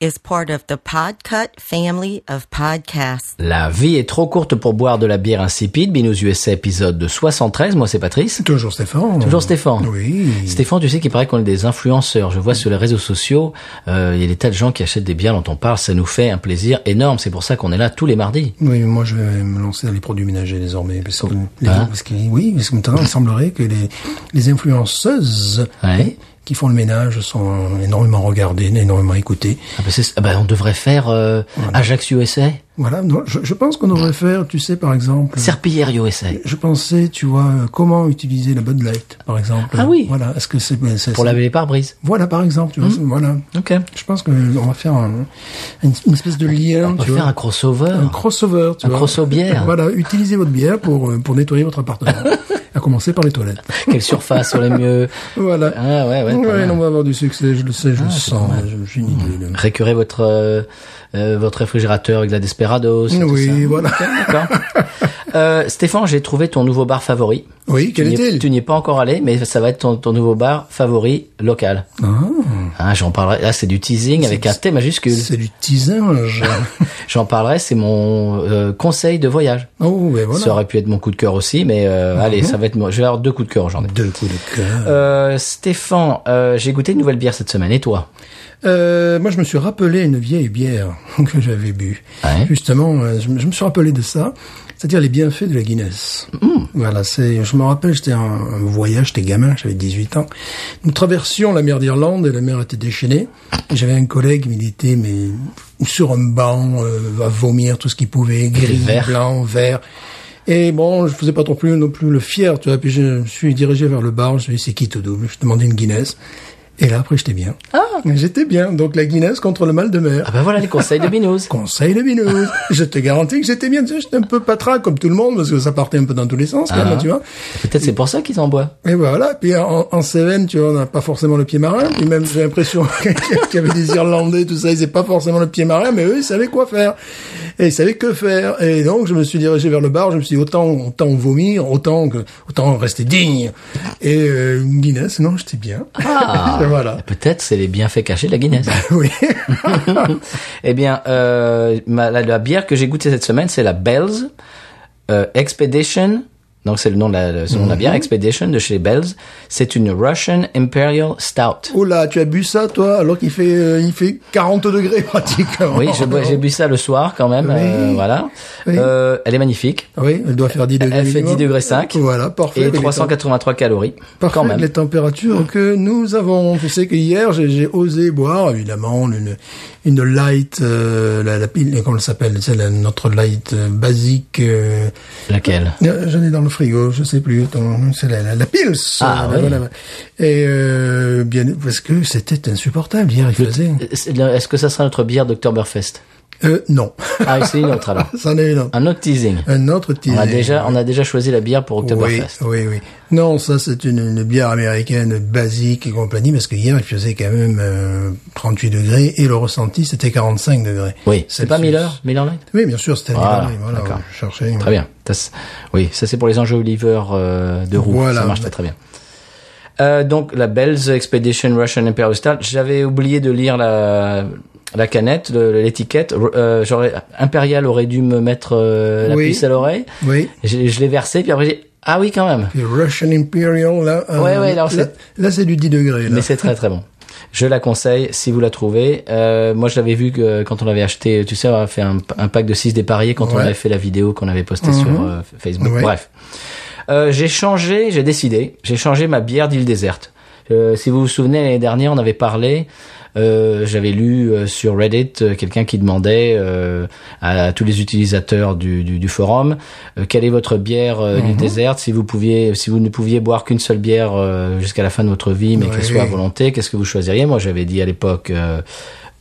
is part of the Podcut family of podcasts. La vie est trop courte pour boire de la bière insipide. Binous USA épisode de 73. Moi, c'est Patrice. Toujours Stéphane. Toujours Stéphane. Oui. Stéphane, tu sais qu'il paraît qu'on est des influenceurs. Je vois sur les réseaux sociaux, euh, il y a des tas de gens qui achètent des bières dont on parle. Ça nous fait un plaisir énorme. C'est pour ça qu'on est là tous les mardis. Oui, mais moi je vais me lancer dans les produits ménagers désormais. Parce que, les- hein parce que- oui, parce que maintenant, il semblerait que les, les influenceuses Ouais. qui font le ménage sont énormément regardées, énormément écoutées. Ah bah, c'est- ah bah, on devrait faire euh, Ajax USA, Voilà, non, je, je pense qu'on devrait faire, tu sais, par exemple... Serpillière USA. Je pensais, tu vois, euh, comment utiliser la Bud Light, par exemple. Ah oui. Voilà, est-ce que c'est... ben, c'est- Pour Hmm laver les pare-brises. Voilà, par exemple, tu vois, c'est- voilà. Ok. Je pense qu'on va faire un- une, une espèce de lien, On peut tu faire vois. un crossover. Un crossover, tu Un vois. crossobière. Voilà, utilisez votre bière pour, euh, pour nettoyer votre appartement. à commencer par les toilettes. Quelle surface serait mieux Voilà. Ah ouais, ouais. pas mal. Ah, non, on va avoir du succès, je le sais, je le sens. je- J'ai une idée. là. Récurer votre euh, euh, votre réfrigérateur avec de la Desperados. et tout Oui, ça. voilà. D'accord. Euh, Stéphane, j'ai trouvé ton nouveau bar favori. Oui, quel Tu n'y es- est-il Tu n'y es pas encore allé, mais ça va être ton, ton nouveau bar favori local. Ah, j'en parlerai. Là, c'est du teasing avec un T majuscule. Mm. C'est du tisinge. J'en parlerai. C'est mon euh, conseil de voyage. oh, ben voilà. Mm-hmm. Ça aurait pu être mon coup de cœur aussi, mais euh, allez, ça va être. mon- Je vais avoir deux coups de cœur aujourd'hui. Deux coups de cœur. Euh, Stéphane, euh, j'ai goûté une nouvelle bière cette semaine. Et toi Euh, moi, je me suis rappelé une vieille bière que j'avais bu. Ouais. Justement, euh, je, me- je me suis rappelé de ça, c'est-à-dire les bienfaits de la Guinness. Mm. Voilà, c'est. Je me rappelle, j'étais en en voyage, j'étais gamin, j'avais 18 ans. Nous traversions la mer d'Irlande et la mer était déchaînée. Et J'avais un collègue, mais il était mais sur un banc, euh, à vomir tout ce qu'il pouvait, gris, vert. blanc, vert. Et bon, je faisais pas trop plus non plus le fier, tu vois. Puis je me suis dirigé vers le bar, je me suis dit, c'est qui tout double Je demandais une Guinness. Et là, après, j'étais bien. Ah J'étais bien. Donc, la Guinness contre le mal de mer. Ah ben voilà les conseils de Binous. Conseil de Binous. je te garantis que j'étais bien. Tu sais, J'étais un peu patraque, comme tout le monde, parce que ça partait un peu dans tous les sens, quand Ah. même, tu vois. Peut-être c'est pour ça qu'ils en boivent. Et voilà. Puis, en, en Cévennes, tu vois, on n'a pas forcément le pied marin. Puis même, j'ai l'impression qu'il y avait des Irlandais, tout ça. Ils n'avaient pas forcément le pied marin, mais eux, ils savaient quoi faire. Et ils savaient que faire. Et donc, je me suis dirigé vers le bar. Je me suis dit, autant, autant vomir, autant que, autant rester digne. Et, euh, une Guinness, non, j'étais bien. Ah. Ben voilà. Peut-être c'est les bienfaits cachés de la Guinness. Oui. eh bien, euh, ma- la, la bière que j'ai goûtée cette semaine, c'est la Bells euh, Expedition. Donc c'est le nom de la, le- c'est le nom de la Mhm. bière Expedition de chez Bells. C'est une Russian Imperial Stout. Oh là, tu as bu ça, toi, alors qu'il fait, euh, il fait 40 degrés pratiquement. Oui, je bois- j'ai bu ça le soir quand même. euh, Oh, Oui. voilà. Oui. Euh, elle est magnifique. Oui, elle doit faire 10 degrés. Elle fait 10 minimum. degrés 5. Voilà, parfait. Et les 383 calories. tem- parfait, quand même. les températures que nous avons. Tu sais que hier, j'ai j'ai osé boire, évidemment, une, une light, euh, la, la pile, comment elle s'appelle, c'est la- notre light euh, basique. euh, Laquelle euh, J'en ai dans le frigo, je sais plus. attends, C'est la, la, la pils. Ah, euh, oui. voilà. Et euh, bien, parce que c'était insupportable hier, il faisait. C'est- Est-ce que ça sera notre bière d'Octoberfest Euh, non, Ah, c'est une autre alors. c'en est une autre. Un autre teasing. Un autre On teasing. a déjà, on a déjà choisi la bière pour Oui, Oktoberfest. oui, oui. Non, ça c'est une, une bière américaine basique et compagnie, parce que hier il faisait quand même euh, 38 degrés et le ressenti c'était 45 degrés. Oui. C'est pas Miller, Miller Lite. Oui, bien sûr, c'était Voilà, Miller. Voilà, d'accord. je cherchais. Très bien. Ça, c'est- oui, ça c'est pour les enjoliveurs euh, de roue. Voilà. Ça marche très très bien. Euh, donc la Bell's Expedition Russian Imperial Stout. J'avais oublié de lire la la canette, le- l'étiquette. Euh, J'aurais Imperial aurait dû me mettre euh, la Oui. puce à l'oreille. Oui. Je, je l'ai versé puis après j'ai ah oui quand même. Et Russian Imperial là. euh, Ouais, ouais, alors, là, c'est- là, c'est du 10 degrés. Là. Mais c'est très très bon. Je la conseille si vous la trouvez. Euh, moi, je l'avais vu que quand on l'avait acheté, tu sais, on avait fait un, un pack de 6 dépareillés quand on Ouais. Mhm. avait fait la vidéo qu'on avait postée sur euh, Facebook. Ouais. Bref. Euh, j'ai changé, j'ai décidé, j'ai changé ma bière d'île déserte. Euh, si vous vous souvenez, l'année dernière, on avait parlé, euh, j'avais lu euh, sur Reddit euh, quelqu'un qui demandait euh, à, tous les utilisateurs du, du, du forum euh, quelle est votre bière euh, Mhm. d'île déserte, si vous pouviez, si vous ne pouviez boire qu'une seule bière euh, jusqu'à la fin de votre vie, mais qu'elle Ouais. soit à volonté, qu'est-ce que vous choisiriez Moi, j'avais dit à l'époque euh,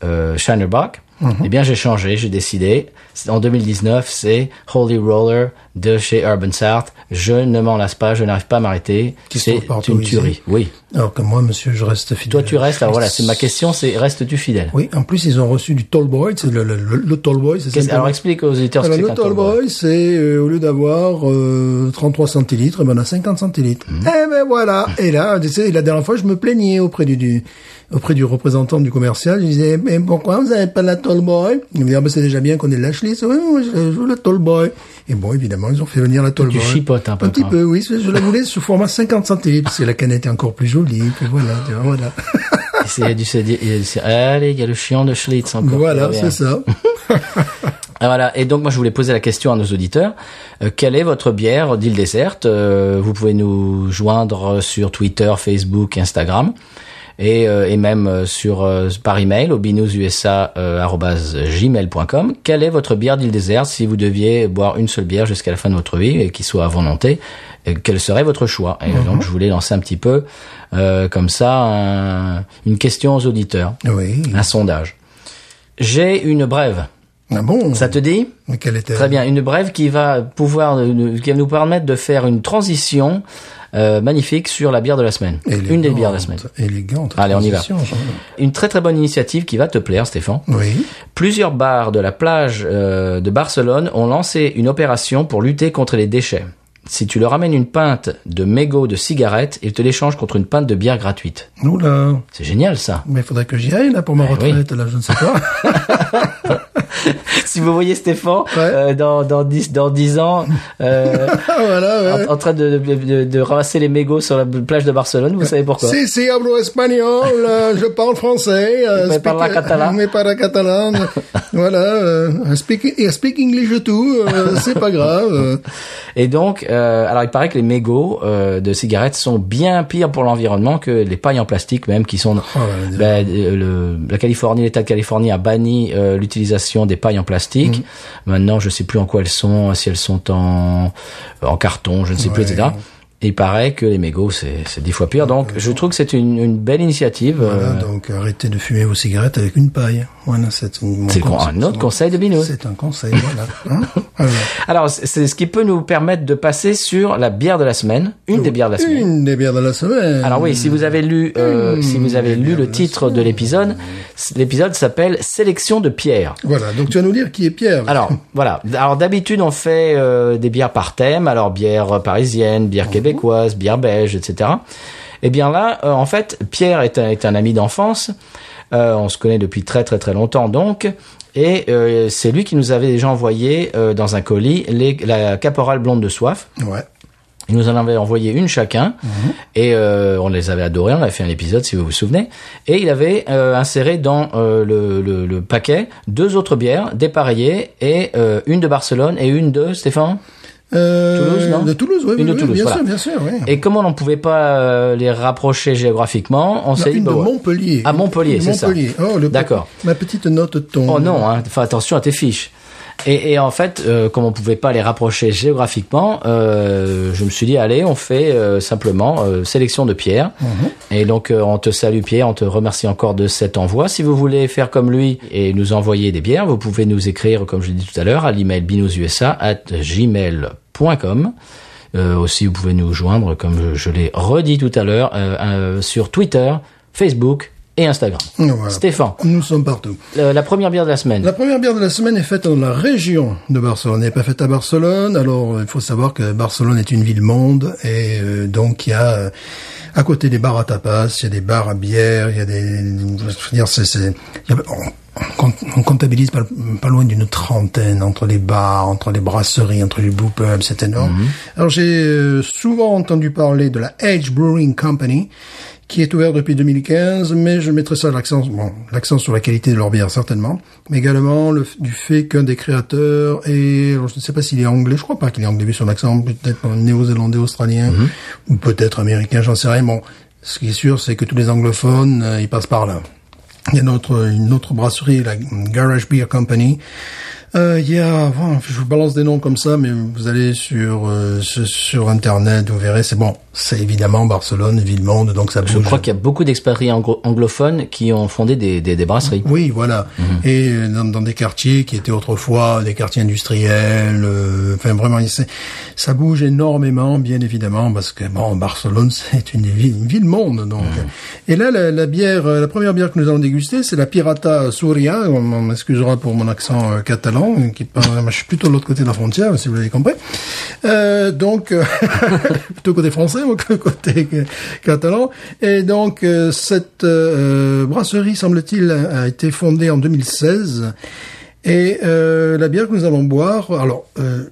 euh, Shinerbach. Mhm. Eh bien, j'ai changé, j'ai décidé. C'est- En 2019, c'est Holy Roller de chez Urban Sart. Je ne m'en lasse pas, je n'arrive pas à m'arrêter. Qui se C'est trouve Euh, partout une ici. tuerie. Oui. Alors que moi, monsieur, je reste fidèle. Toi, tu restes. Alors voilà, c'est ma question, c'est restes-tu fidèle Oui, en plus, ils ont reçu du Tallboy, c'est le, le, le, le Tallboy, c'est Qu'est-ce- simplement- Alors explique aux auditeurs ce Alors, que c'est le qu'un tall boy. Tallboy, c'est euh, au lieu d'avoir euh, 33 centilitres, eh ben, on a 50 centilitres. Mmh. Eh ben voilà. Et là, tu sais, la dernière fois, je me plaignais auprès du, du auprès du représentant du commercial. Je disais, mais pourquoi vous n'avez pas la Tallboy Il me disait, ah ben, c'est déjà bien qu'on ait la Schlitz. Oui, moi, je, je veux la Tallboy. Et bon, évidemment, ils ont fait venir la Tallboy. chipotes un peu, Un petit quand peu, oui. Je la voulais sous format 50 centilitres, parce que la canette est encore plus jolie. Puis voilà, tu vois, voilà. C'est- il y a du- c'est- il y a du- c'est- Allez, il y a le chiant de Schlitz encore. voilà, Très bien. c'est ça. Ah, voilà. Et donc, moi, je voulais poser la question à nos auditeurs. Euh, quelle est votre bière d'île déserte Euh, Vous pouvez nous joindre sur Twitter, Facebook, Instagram. Et, euh, et même euh, sur euh, par email au euh, binoususa@gmail.com. Quelle est votre bière d'île déserte si vous deviez boire une seule bière jusqu'à la fin de votre vie et qui soit à volonté euh, Quel serait votre choix Et donc je voulais lancer un petit peu euh, comme ça un- une question aux auditeurs, Oui. un sondage. J'ai une brève. Ah bon Ça te dit Mais quelle était Très bien, une brève qui va pouvoir, euh, qui va nous permettre de faire une transition euh, magnifique sur la bière de la semaine. Une des bières de la semaine. Élégante. Allez, on y va. transition, Jean. Une très très bonne initiative qui va te plaire, Stéphane. Oui. Plusieurs bars de la plage euh, de Barcelone ont lancé une opération pour lutter contre les déchets. Si tu leur amènes une pinte de mégots de cigarettes, ils te l'échangent contre une pinte de bière gratuite. Nous là. C'est génial ça. Mais il faudrait que j'y aille là pour ma Eh oui. retraite, là, je ne sais pas. si vous voyez Stéphane euh, dans dans dix dans dix ans. euh, Ah, voilà, ouais. en, en train de, de, de- de ramasser les mégots sur la plage de Barcelone, vous savez pourquoi Si, si, hablo espagnol, euh, je parle français. euh, Mais speak- parla catalan. Mais parla catalan. voilà, euh, speak, et speak English tout, euh, c'est pas grave. euh. Et donc, euh, alors il paraît que les mégots euh, de cigarettes sont bien pires pour l'environnement que les pailles en plastique même qui sont... Oh, ouais, déjà. Ben, euh, le- la Californie, l'État de Californie a banni euh, l'utilisation des pailles en plastique. Mm. Maintenant, je sais plus en quoi elles sont, si elles sont en, en carton, je ne sais plus, Ouais. etc. Il paraît que les mégots, c'est c'est dix fois pire. Donc, je trouve que c'est une, une belle initiative. Voilà, euh, donc arrêtez de fumer vos cigarettes avec une paille. Voilà, c'est mon c'est con- conseil- un autre mon- conseil de Binous. C'est un conseil, voilà. Hein Voilà. Alors, c'est- c'est ce qui peut nous permettre de passer sur la bière de la semaine, Ah une des bières de la semaine. Une des bières de la semaine. Alors oui, si vous avez lu, euh, si vous avez lu le titre de l'épisode, c- l'épisode s'appelle Sélection de pierres. Voilà, donc tu vas nous dire qui est Pierre. Alors voilà. Alors d'habitude on fait euh, des bières par thème. Alors bière parisienne, bière québécoise, bière belge, etc. Eh bien là, euh, en fait, Pierre est un, est un ami d'enfance. Euh, on se connaît depuis très très très longtemps donc. Et euh, c'est lui qui nous avait déjà envoyé euh, dans un colis les, la caporale blonde de soif. Ouais. Il nous en avait envoyé une chacun et euh, on les avait adorés. On avait fait un épisode, si vous vous souvenez. Et il avait euh, inséré dans euh, le, le- le paquet deux autres bières dépareillées et euh, une de Barcelone et une de Stéphane. Euh, Toulouse, non De Toulouse, oui, Une de oui, oui, Toulouse, bien voilà. sûr, bien sûr, oui. Et comme on n'en pouvait pas euh, les rapprocher géographiquement, on Non, s'est dit une bah, de ouais. Montpellier. À Montpellier, Une de c'est ça. Montpellier. Oh, le D'accord. Ma petite note tombe. Oh non, hein. Enfin, attention à tes fiches. Et, et en fait, euh, comme on pouvait pas les rapprocher géographiquement, euh, je me suis dit allez, on fait euh, simplement euh, sélection de Pierre. Et donc euh, on te salue Pierre, on te remercie encore de cet envoi. Si vous voulez faire comme lui et nous envoyer des bières, vous pouvez nous écrire, comme je l'ai dit tout à l'heure, à l'email binoususa@gmail.com. Euh, aussi, vous pouvez nous joindre, comme je, je l'ai redit tout à l'heure, euh, euh, sur Twitter, Facebook et Instagram. Voilà. Stéphane, Nous sommes partout. euh, la première bière de la semaine. La première bière de la semaine est faite dans la région de Barcelone. Elle n'est pas faite à Barcelone. Alors, il faut savoir que Barcelone est une ville monde et euh, donc il y a euh, à côté des bars à tapas, il y a des bars à bière, il y a des. je veux dire, c'est- c'est- il y a- on- on, compte- on comptabilise pas, pas loin d'une trentaine entre les bars, entre les brasseries, entre les brew pubs, c'est énorme. Alors, j'ai euh, souvent entendu parler de la Edge Brewing Company qui est ouvert depuis 2015, mais je mettrai ça l'accent, bon, l'accent sur la qualité de leur bière certainement, mais également le, f- du fait qu'un des créateurs est, alors, je ne sais pas s'il est anglais, je crois pas qu'il est anglais vu son accent, peut-être néo-zélandais, australien, ou peut-être américain, j'en sais rien. Bon, ce qui est sûr, c'est que tous les anglophones, euh, ils passent par là. Il y a une autre, une autre brasserie, la Garage Beer Company, Euh, Il y a, bon, je vous balance des noms comme ça, mais vous allez sur euh, sur- sur internet, vous verrez. C'est bon, c'est évidemment Barcelone, Ville-Monde, donc ça bouge. Je crois qu'il y a beaucoup d'expatriés anglo- anglophones qui ont fondé des, des, des brasseries. Oui, voilà. Et euh, dans, dans des quartiers qui étaient autrefois des quartiers industriels. euh, Enfin, vraiment, il- c'est- ça bouge énormément, bien évidemment, parce que bon, Barcelone, c'est une ville, une ville monde. Donc, et là, la, la bière, euh, la première bière que nous allons déguster, c'est la Pirata Soria. On on m'excusera pour mon accent euh, catalan, euh, qui parle- moi, je suis plutôt de l'autre côté de la frontière, si vous l'avez compris. Euh, donc, euh, plutôt côté français ou que côté euh, catalan. Et donc, euh, cette euh, brasserie, semble-t-il, a été fondée en 2016. Et euh, la bière que nous allons boire, alors, euh,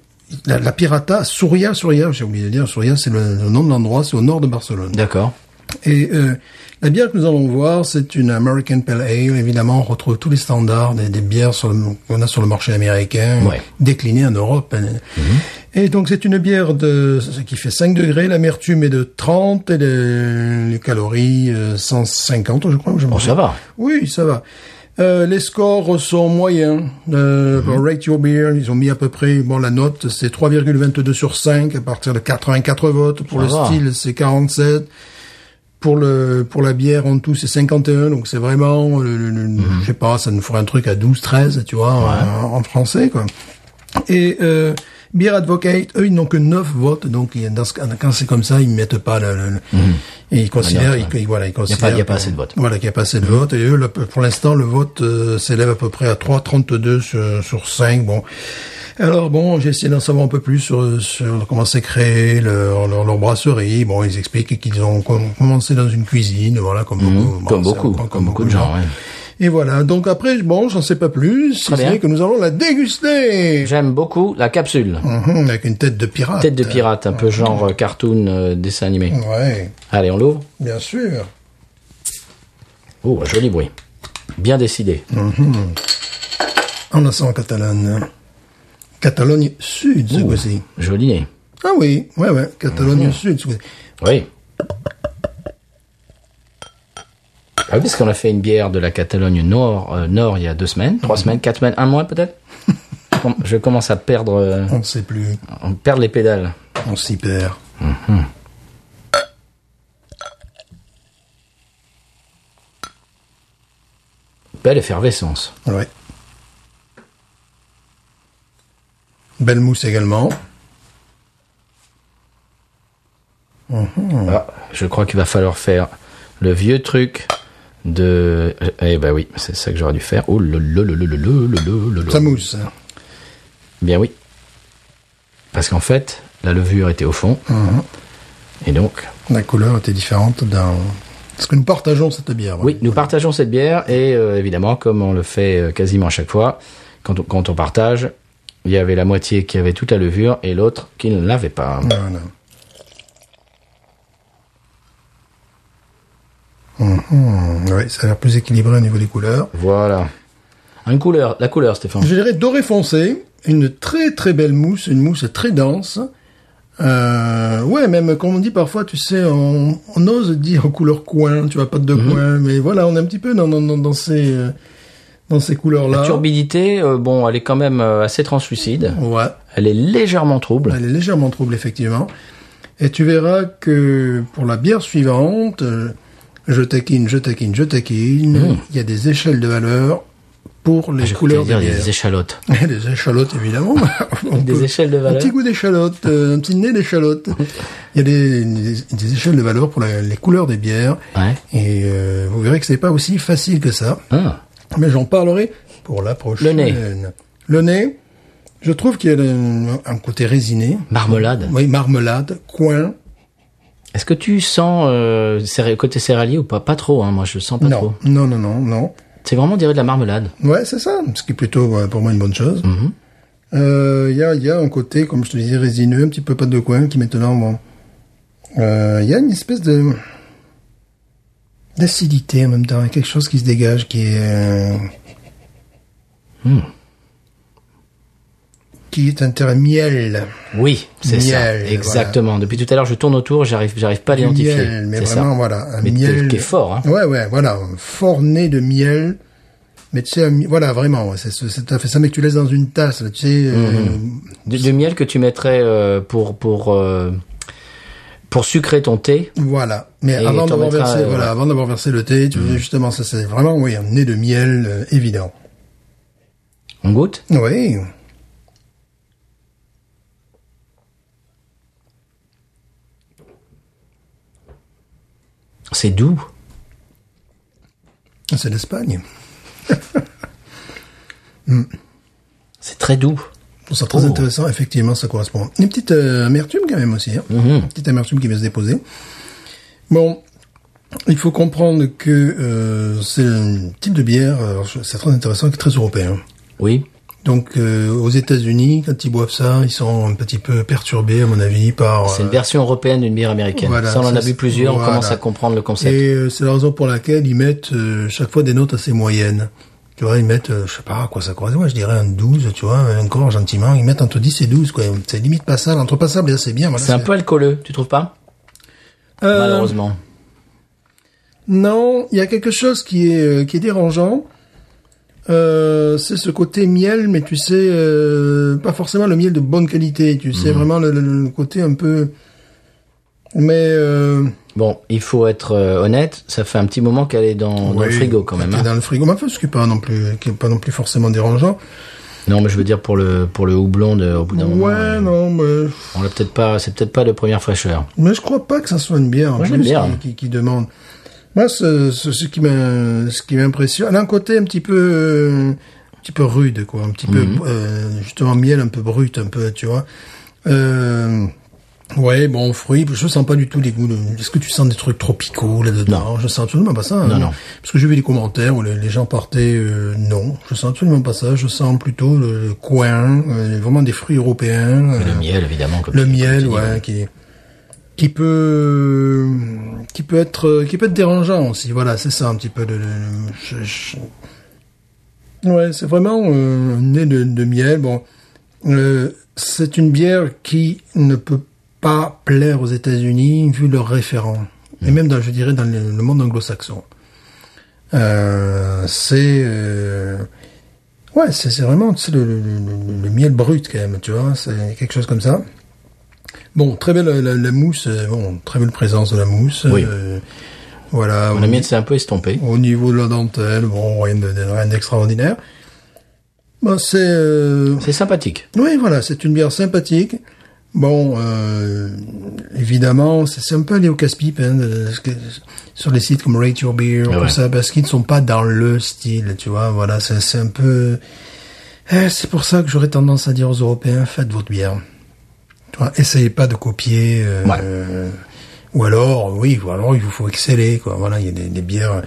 la, la Pirata, Souria, Souria, j'ai oublié de dire, Souria, c'est le, le nom de l'endroit, c'est au nord de Barcelone. D'accord. Et euh, la bière que nous allons voir, c'est une American Pale Ale. Évidemment, on retrouve tous les standards des, des bières sur le- qu'on a sur le marché américain, Ouais. Mhm. déclinées en Europe. Et donc, c'est une bière de ce qui fait 5 degrés, l'amertume est de 30 et le- les calories euh, 150, je crois. que je me Bon, Oh, ça va. oui, ça va. Euh, les scores sont moyens. Euh, pour Mhm. Rate Your Beer, ils ont mis à peu près, bon, la note, c'est 3,22 sur 5 à partir de 84 votes. Pour Ça le va. style, c'est 47. Pour le pour la bière en tout c'est 51 donc c'est vraiment euh, le, le- Mhm. le- je sais pas ça nous ferait un truc à 12 13 tu vois en, en français quoi. Et euh, Beer Advocate, eux, ils n'ont que 9 votes, donc ils- dans ce cas- quand c'est comme ça, ils mettent pas le... le- le- et ils considèrent... note, ils- ils- voilà, ils Mhm. Il n'y a, considèrent pas- il y a pas que- assez de votes. Voilà, qu'il n'y a pas assez de votes. Et eux, le- pour l'instant, le vote euh, s'élève à peu près à 3,32 sur, sur 5. Bon. Alors bon, j'ai essayé d'en savoir un peu plus sur, sur comment c'est créé leur, leur, leur brasserie. Bon, ils expliquent qu'ils ont com- commencé dans une cuisine, voilà, comme beaucoup, bon, Mhm. Comme c'est- beaucoup, comme beaucoup de gens. ouais. Et voilà, donc après, bon, j'en sais pas plus, si Très ce bien. n'est que nous allons la déguster J'aime beaucoup la capsule. Mhm, Avec une tête de pirate. Tête de pirate, un peu genre euh, cartoon, euh, dessin animé. Ouais, Allez, on l'ouvre. bien sûr. Oh, un joli bruit. Bien décidé. En accent catalane. Catalogne Sud, ce coup-ci. Joli nez. Ah oui, ouais, ouais, Ah. Catalogne Sud, ce coup-ci. Oui. Ah oui, parce qu'on a fait une bière de la Catalogne Nord, euh, Nord il y a deux semaines, trois semaines, quatre semaines, un mois peut-être. Com- Je commence à perdre, euh, On ne sait plus, on perd les pédales. on s'y perd. Belle effervescence. Ouais. Belle mousse également. Ah, je crois qu'il va falloir faire le vieux truc de. Eh ben oui, c'est ça que j'aurais dû faire. Oh le le le le le le le le. Ça mousse. hein. Bien oui. Parce qu'en fait, la levure était au fond. Mhm. Et donc, La couleur était différente dans... Parce que nous partageons cette bière. oui, nous partageons cette bière et euh, évidemment, comme on le fait euh, quasiment à chaque fois, quand on, quand on partage, il y avait la moitié qui avait toute la levure et l'autre qui ne l'avait pas. Voilà. Mhm. Ouais, ça a l'air plus équilibré au niveau des couleurs. Voilà. Une couleur, la couleur, Stéphane. Je dirais doré foncé, une très très belle mousse, une mousse très dense. Euh, ouais, même comme on dit parfois, tu sais, on, on ose dire couleur coin, tu vois, pas de Mhm. coin, mais voilà, on est un petit peu dans, dans, dans, dans ces euh, dans ces couleurs-là. La turbidité, euh, bon, elle est quand même euh, assez translucide. Ouais, Elle est légèrement trouble. elle est légèrement trouble effectivement. Et tu verras que pour la bière suivante, euh, je taquine, je taquine, je taquine. Il y a des échelles de valeur pour les Mhm. Ah, J'ai couleurs couleur dire des bières. des échalotes. Et Des échalotes, évidemment. On Des échelles de valeur. Un petit goût d'échalote, euh, un petit nez d'échalote. Il y a des, des- des échelles de valeur pour la- les couleurs des bières. Ouais. Et euh, vous verrez que c'est pas aussi facile que ça. Ah, Mais j'en parlerai pour la prochaine. nez. Le nez, je trouve qu'il y a un, un côté résiné. marmelade. Oui, marmelade, coin. Est-ce que tu sens euh, céré- côté céréalier ou pas Pas trop, hein, moi je le sens pas trop. Non, non, non, non, non. C'est vraiment, on dirait de la marmelade. Ouais, c'est ça, ce qui est plutôt euh, pour moi une bonne chose. Mhm. Euh, Il y, a, il y a un côté, comme je te disais, résineux, un petit peu pas de coin, qui maintenant, bon, euh, il y a une espèce de d'acidité en même temps, quelque chose qui se dégage, qui est euh, Hmm. qui est un terrain miel, Oui, c'est ça. Miel, voilà. Exactement. Depuis tout à l'heure, je tourne autour, j'arrive, j'arrive pas à l'identifier. miel, mais C'est vraiment ça. voilà, un Mais qui est- miel qui est fort, hein. Ouais, ouais, voilà, un fort nez de miel, Mais tu sais, un mi- voilà, vraiment, ouais, c'est c'est- c'est tout à fait ça, mais que tu laisses dans une tasse, là, tu sais, euh, Du, du miel que tu mettrais euh, pour pour euh, pour sucrer ton thé. voilà. Mais Et avant t'en d'avoir mettras, versé, euh, Mmh. voilà, ouais. avant d'avoir versé le thé, tu veux justement, ça c'est vraiment, oui, un nez de miel euh, évident. On goûte Oui. C'est doux. C'est l'Espagne. C'est très doux. Je trouve ça très Oh. intéressant. Effectivement, ça correspond. Une petite euh, amertume quand même aussi. Hein. Mmh Une petite amertume qui va se déposer. Bon, il faut comprendre que euh, c'est un type de bière, euh, je- c'est très intéressant, qui est très européen. Oui. Donc, euh, aux États-Unis, quand ils boivent ça, ils sont un petit peu perturbés, à mon avis, par... C'est euh, une version européenne d'une bière américaine. Voilà, ça, on en ça, a bu c'est- plusieurs, voilà. on commence à comprendre le concept. Et euh, c'est la raison pour laquelle ils mettent euh, chaque fois des notes assez moyennes. Tu vois, ils mettent, euh, je sais pas à quoi ça correspond, ouais, je dirais un 12, tu vois, encore gentiment, ils mettent entre 10 et 12, quoi. C'est limite passable, entre passable et assez bien, voilà. C'est un peu alcooleux, tu trouves pas Euh, Malheureusement. Non, il y a quelque chose qui est, euh, qui est dérangeant. Euh, c'est ce côté miel, mais tu sais, euh, pas forcément le miel de bonne qualité, tu Mhm. sais, vraiment le, le- le côté un peu... Mais... euh, Bon, il faut être euh, honnête, ça fait un petit moment qu'elle est dans, dans le oui, frigo quand même. qui est hein. Dans le frigo, mais enfin, ce qui est pas non plus, qui est pas non plus forcément dérangeant. Non, mais je veux dire pour le pour le houblon de, au bout d'un moment. Ouais, euh, non, mais, On l'a peut-être pas, c'est peut-être pas de première fraîcheur. mais je crois pas que ça soit une bière en Moi, je plus l'aime bien. Qui, qui- qui demande. Moi, ce, ce, ce qui m'in- ce qui m'impressionne, elle a un côté un petit peu, euh, un petit peu rude, quoi, un petit Mhm. peu, euh, justement miel un peu brut, un peu, tu vois. Euh, ouais, bon, fruits. Je sens pas du tout les goûts. de- Est-ce que tu sens des trucs tropicaux là-dedans Je sens absolument pas ça. hein. non. Parce que j'ai vu des commentaires où les, les gens partaient. euh, non, je sens absolument pas ça. Je sens plutôt le, le coin, euh, vraiment des fruits européens. Le euh, miel, évidemment. Comme le tu- comme tu miel dis. hein. ouais qui qui peut qui peut être euh, qui peut être dérangeant aussi voilà c'est ça un petit peu le, le- le- je- je- ouais c'est vraiment euh, un nez de, de miel bon euh, c'est une bière qui ne peut pas plaire aux États-Unis vu leurs référents et même dans je dirais dans le, le monde anglo-saxon euh, c'est euh, ouais c'est c'est vraiment tu sais, le, le- le- le miel brut quand même tu vois c'est quelque chose comme ça Bon, très belle euh, la, la mousse, euh, bon, très belle présence de la mousse. Oui. euh, voilà. Le au, miel, c'est un peu estompé. au niveau de la dentelle, bon, rien de- de- rien d'extraordinaire. Bon, c'est euh, C'est sympathique. oui, voilà, c'est une bière sympathique. Bon, euh, évidemment, c'est c'est un peu aller au casse-pipe hein, de- ce que- sur les sites comme Rate Your Beer, Ah comme ouais. ça, parce qu'ils ne sont pas dans le style, tu vois. Voilà, c'est c'est un peu. Eh, c'est pour ça que j'aurais tendance à dire aux Européens faites votre bière. Tu vois, essayez pas de copier. euh, Ouais. euh, ou alors, oui, ou alors il vous faut exceller. Quoi. Voilà, il y a des, des bières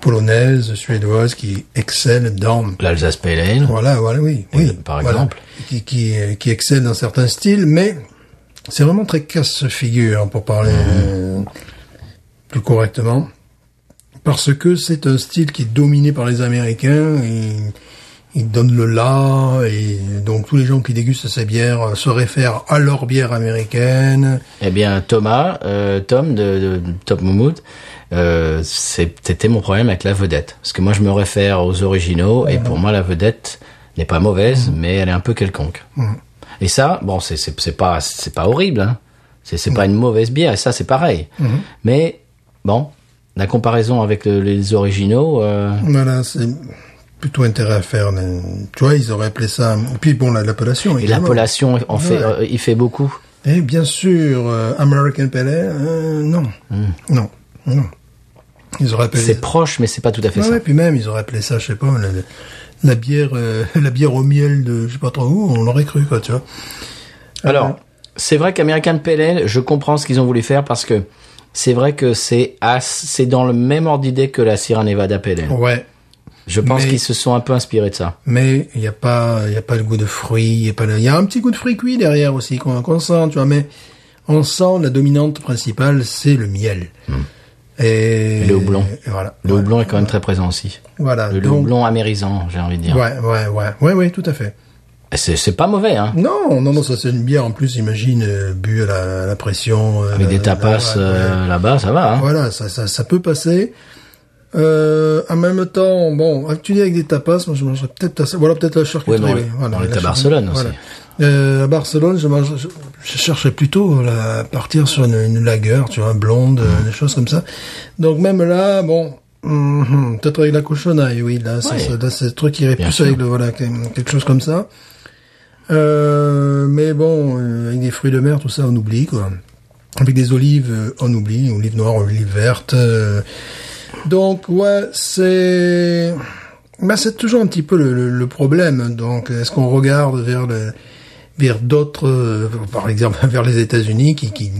polonaises, suédoises qui excellent dans L'Alsace Pale Ale. voilà, voilà, oui, Et oui. par voilà. exemple. Qui, qui, euh, qui excelle dans certains styles, mais c'est vraiment très casse-figure, pour parler Mhm. euh, plus correctement. Parce que c'est un style qui est dominé par les Américains, et ils donnent le là, et donc tous les gens qui dégustent ces bières euh, se réfèrent à leur bière américaine. Eh bien, Thomas, euh, Tom de, de Top Moumout, euh, c'est- c'était mon problème avec la vedette. Parce que moi, je me réfère aux originaux, et pour moi, la vedette n'est pas Mm-hmm. mauvaise, mais elle est un peu quelconque. Et ça, bon, c'est- c'est c'est pas, c'est pas horrible, hein. C'est c'est pas Mm-hmm. une mauvaise bière, et ça, c'est pareil. Mais, bon, la comparaison avec le- les originaux, euh, Voilà, c'est plutôt intérêt à faire. euh, Tu vois, ils auraient appelé ça... Et puis bon, la- l'appellation. et évidemment. l'appellation en fait, Ouais. euh, il fait beaucoup. Et bien sûr, euh, American Pale Ale, euh, non. Non, non. Ils auraient appelé... Hmm. C'est proche, mais c'est pas tout à fait Bah, Ouais, ça. ouais, puis même, ils auraient appelé ça, je sais pas, la, la- la bière euh, la bière au miel de je sais pas trop où, on l'aurait cru, quoi, tu vois. Alors, c'est vrai qu'American Pale Ale, je comprends ce qu'ils ont voulu faire parce que c'est vrai que c'est as- c'est dans le même ordre d'idée que la Sierra Nevada Pale Ale. Ouais. Je pense mais- qu'ils se sont un peu inspirés de ça. Mais il n'y a pas, il y a pas le goût de fruits, il y a pas, le- il y a un petit goût de fruits cuits derrière aussi qu'on qu'on sent, tu vois. Mais on sent la dominante principale, c'est le miel. Et, Hmm. le houblon. et voilà. Le Ouais. houblon est quand même très présent aussi. Voilà. Le donc- houblon amérisant, j'ai envie de dire. Ouais, ouais, ouais, ouais, ouais, tout à fait. C'est c'est pas mauvais, hein. Non, non, non, ça c'est une bière en plus, imagine, euh, bu à la, à la pression. euh, Avec des la- tapas la- ouais, euh, là-bas, ça va. Hein. Voilà, ça, ça, ça peut passer. Euh, en même temps, bon, actuellement avec des tapas, moi je mangerais peut-être ça. Voilà, peut-être la charcuterie. Ouais, mais on est- on est à la charcuterie, Barcelone aussi. Euh, à Barcelone, je, mange, je, je cherchais plutôt là, à partir sur une, une lagueur, tu vois, blonde, euh, des choses comme ça. Donc même là, bon, hum, hum, peut-être avec la cochonaille, oui, là, ça, Ouais. ça- là, c'est le truc qui irait Bien plus sûr. avec le, voilà, que- quelque chose comme ça. Euh, mais bon, euh, avec des fruits de mer, tout ça, on oublie, quoi. Avec des olives, euh, on oublie, olives noires, olives vertes. euh. Donc, ouais, c'est... Bah, c'est toujours un petit peu le, le- le problème. Donc, est-ce qu'on regarde vers le vers d'autres, euh, par exemple vers les États-Unis, qui, qui...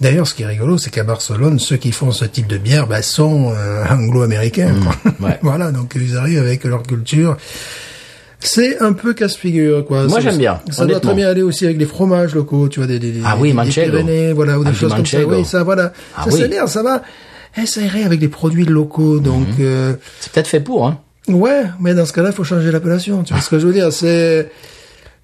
d'ailleurs, ce qui est rigolo, c'est qu'à Barcelone, ceux qui font ce type de bière bah, sont euh, anglo-américains. quoi. Mmh, ouais. voilà, donc ils arrivent avec leur culture. C'est un peu casse-figure, quoi. Moi, Ça- j'aime bien, Ça doit honnêtement. très bien aller aussi avec les fromages locaux, tu vois, des, des, des- Ah oui, des- des Manchego. Pyrénées, voilà, ou Ah, des du choses comme ça. Manchego. Oui, ça, voilà. Ah ça, oui. c'est bien, ça va. Eh, ça irait avec des produits locaux, donc. Mhm. euh, C'est peut-être fait pour, hein. Ouais, mais dans ce cas-là, il faut changer l'appellation. Tu vois ce que je veux dire C'est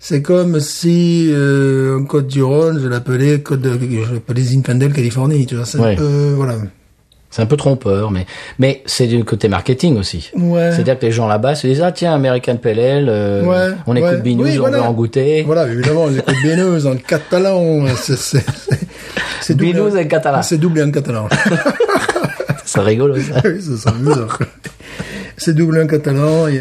c'est comme si euh, en Côte du Rhône, je l'appelais Côte de, je l'appelais Zinfandel Californie. Tu vois, c'est Ouais. un peu voilà. C'est un peu trompeur, mais mais c'est du côté marketing aussi. Ouais. C'est-à-dire que les gens là-bas se disent ah tiens American Pale Ale, euh, Ouais, on écoute ouais. Binous, Oui, on voilà. veut en goûter. Voilà, évidemment, les Côtes Béneuses en catalan, hein, c'est c'est c'est doublé- Binous en catalan. C'est doublé en catalan. C'est rigolo ça. oui, ça serait amusant. C'est doublé en catalan et et- et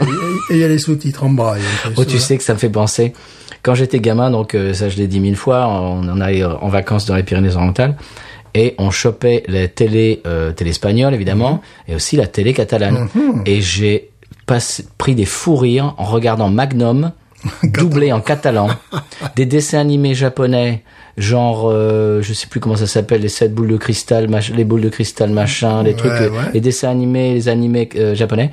il y a les sous-titres en braille. Oh, tu sais que ça me fait penser. Quand j'étais gamin, donc euh, ça je l'ai dit mille fois, on en allait euh, en vacances dans les Pyrénées-Orientales et on chopait la télé, euh, télé espagnole évidemment, Mhm. et aussi la télé catalane. Et j'ai passé- pris des fous rires en regardant Magnum doublé en catalan, des dessins animés japonais, genre euh, je sais plus comment ça s'appelle, les sept boules de cristal, mach- les boules de cristal machin, les Ouais, trucs, euh, ouais. les dessins animés, les animés euh, japonais,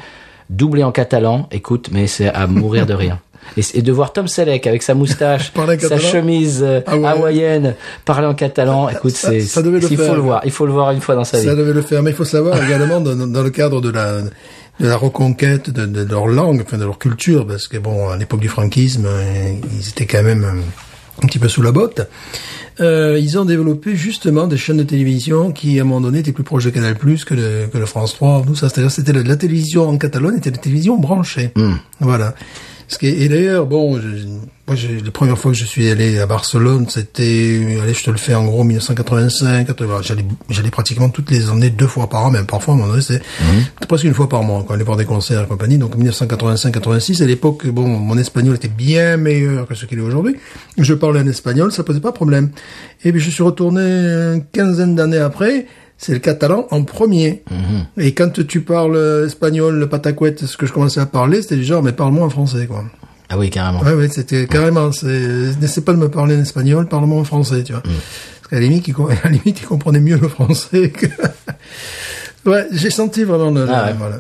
doublé en catalan, écoute, mais c'est à mourir de rire. Et, c- et de voir Tom Selleck avec sa moustache, Parler sa catalan chemise euh, Ah ouais. hawaïenne, parler en catalan, écoute, ça- c'est, ça devait le il faut faire. le voir, il faut le voir une fois dans sa vie. Ça devait le faire, mais il faut savoir également dans, dans le cadre de la de la reconquête de, de leur langue, enfin de leur culture, parce que bon, à l'époque du franquisme, euh, ils étaient quand même euh, un petit peu sous la botte. Euh, ils ont développé justement des chaînes de télévision qui, à un moment donné, étaient plus proches de Canal+ que de que le France 3, tout ça. C'est-à-dire, c'était la, la télévision en Catalogne était la télévision branchée. Hmm. Voilà. Ce qui est- et d'ailleurs, bon, je, moi, j'ai- la première fois que je suis allé à Barcelone, c'était, euh, allez, je te le fais en gros, 1985, 80, j'allais, j'allais pratiquement toutes les années, deux fois par an, même parfois, à un moment donné, c'est presque une fois par mois, quand on allait voir des concerts et compagnie. Donc, 1985, 86, à l'époque, bon, mon espagnol était bien meilleur que ce qu'il est aujourd'hui. Je parlais en espagnol, ça posait pas problème. Et puis, je suis retourné une quinzaine d'années après, c'est le catalan en premier. Mhm. Et quand tu parles euh, espagnol, le patacouette, ce que je commençais à parler, c'était du genre, mais parle-moi en français, quoi. Ah oui, carrément. Ouais, ouais, c'était carrément, c'est, euh, n'essaie pas de me parler en espagnol, parle-moi en français, tu vois. Mhm. Parce qu'à la limite, il, com- à la limite, il comprenait mieux le français que... ouais, j'ai senti vraiment le, Ah le- ouais. voilà.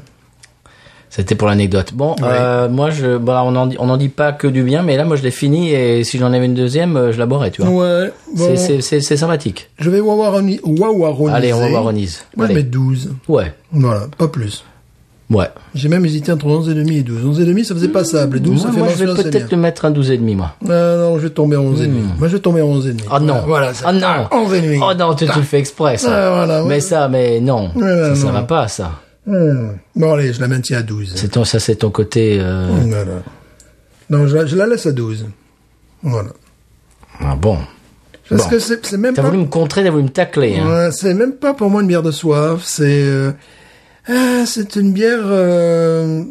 C'était pour l'anecdote. Bon, euh, moi, je, bon, là, on en dit, on en dit pas que du bien, mais là, moi, je l'ai fini et si j'en avais une deuxième, euh, je la boirais, tu vois. Ouais, bon, C'est- C'est c'est- c'est sympathique. je vais wawaroni- wawaroniser. Allez, on va voir Onise. Moi, je Allez. mets 12. Ouais, Voilà, pas plus. ouais. J'ai même hésité entre 11 et demi et 12. 11 et demi, ça faisait passable. 12, moi, ça fait moi, je vais mention, c'est bien. peut-être le mettre un 12,5, moi. Ah non, je vais tomber à 11 et demi. Moi, je vais tomber à 11 et demi. Oh Hmm. non. Voilà, ça. Oh non. 11 et demi. Oh non, tu, tu le fais exprès, ça. Ah, voilà, ouais. Mais ça, mais non. Ouais, ouais, ça, ça non. va pas, ça. Hmm. Bon, allez, je la maintiens à 12. C'est ton, ça, c'est ton côté, euh, Voilà. Non, je la, je la laisse à 12. Voilà. ah, bon. Parce Bon. que c'est c'est même T'as pas... voulu me contrer, t'as voulu me tacler, hein. Ouais, c'est même pas pour moi une bière de soif. C'est... euh, ah, c'est une bière... euh,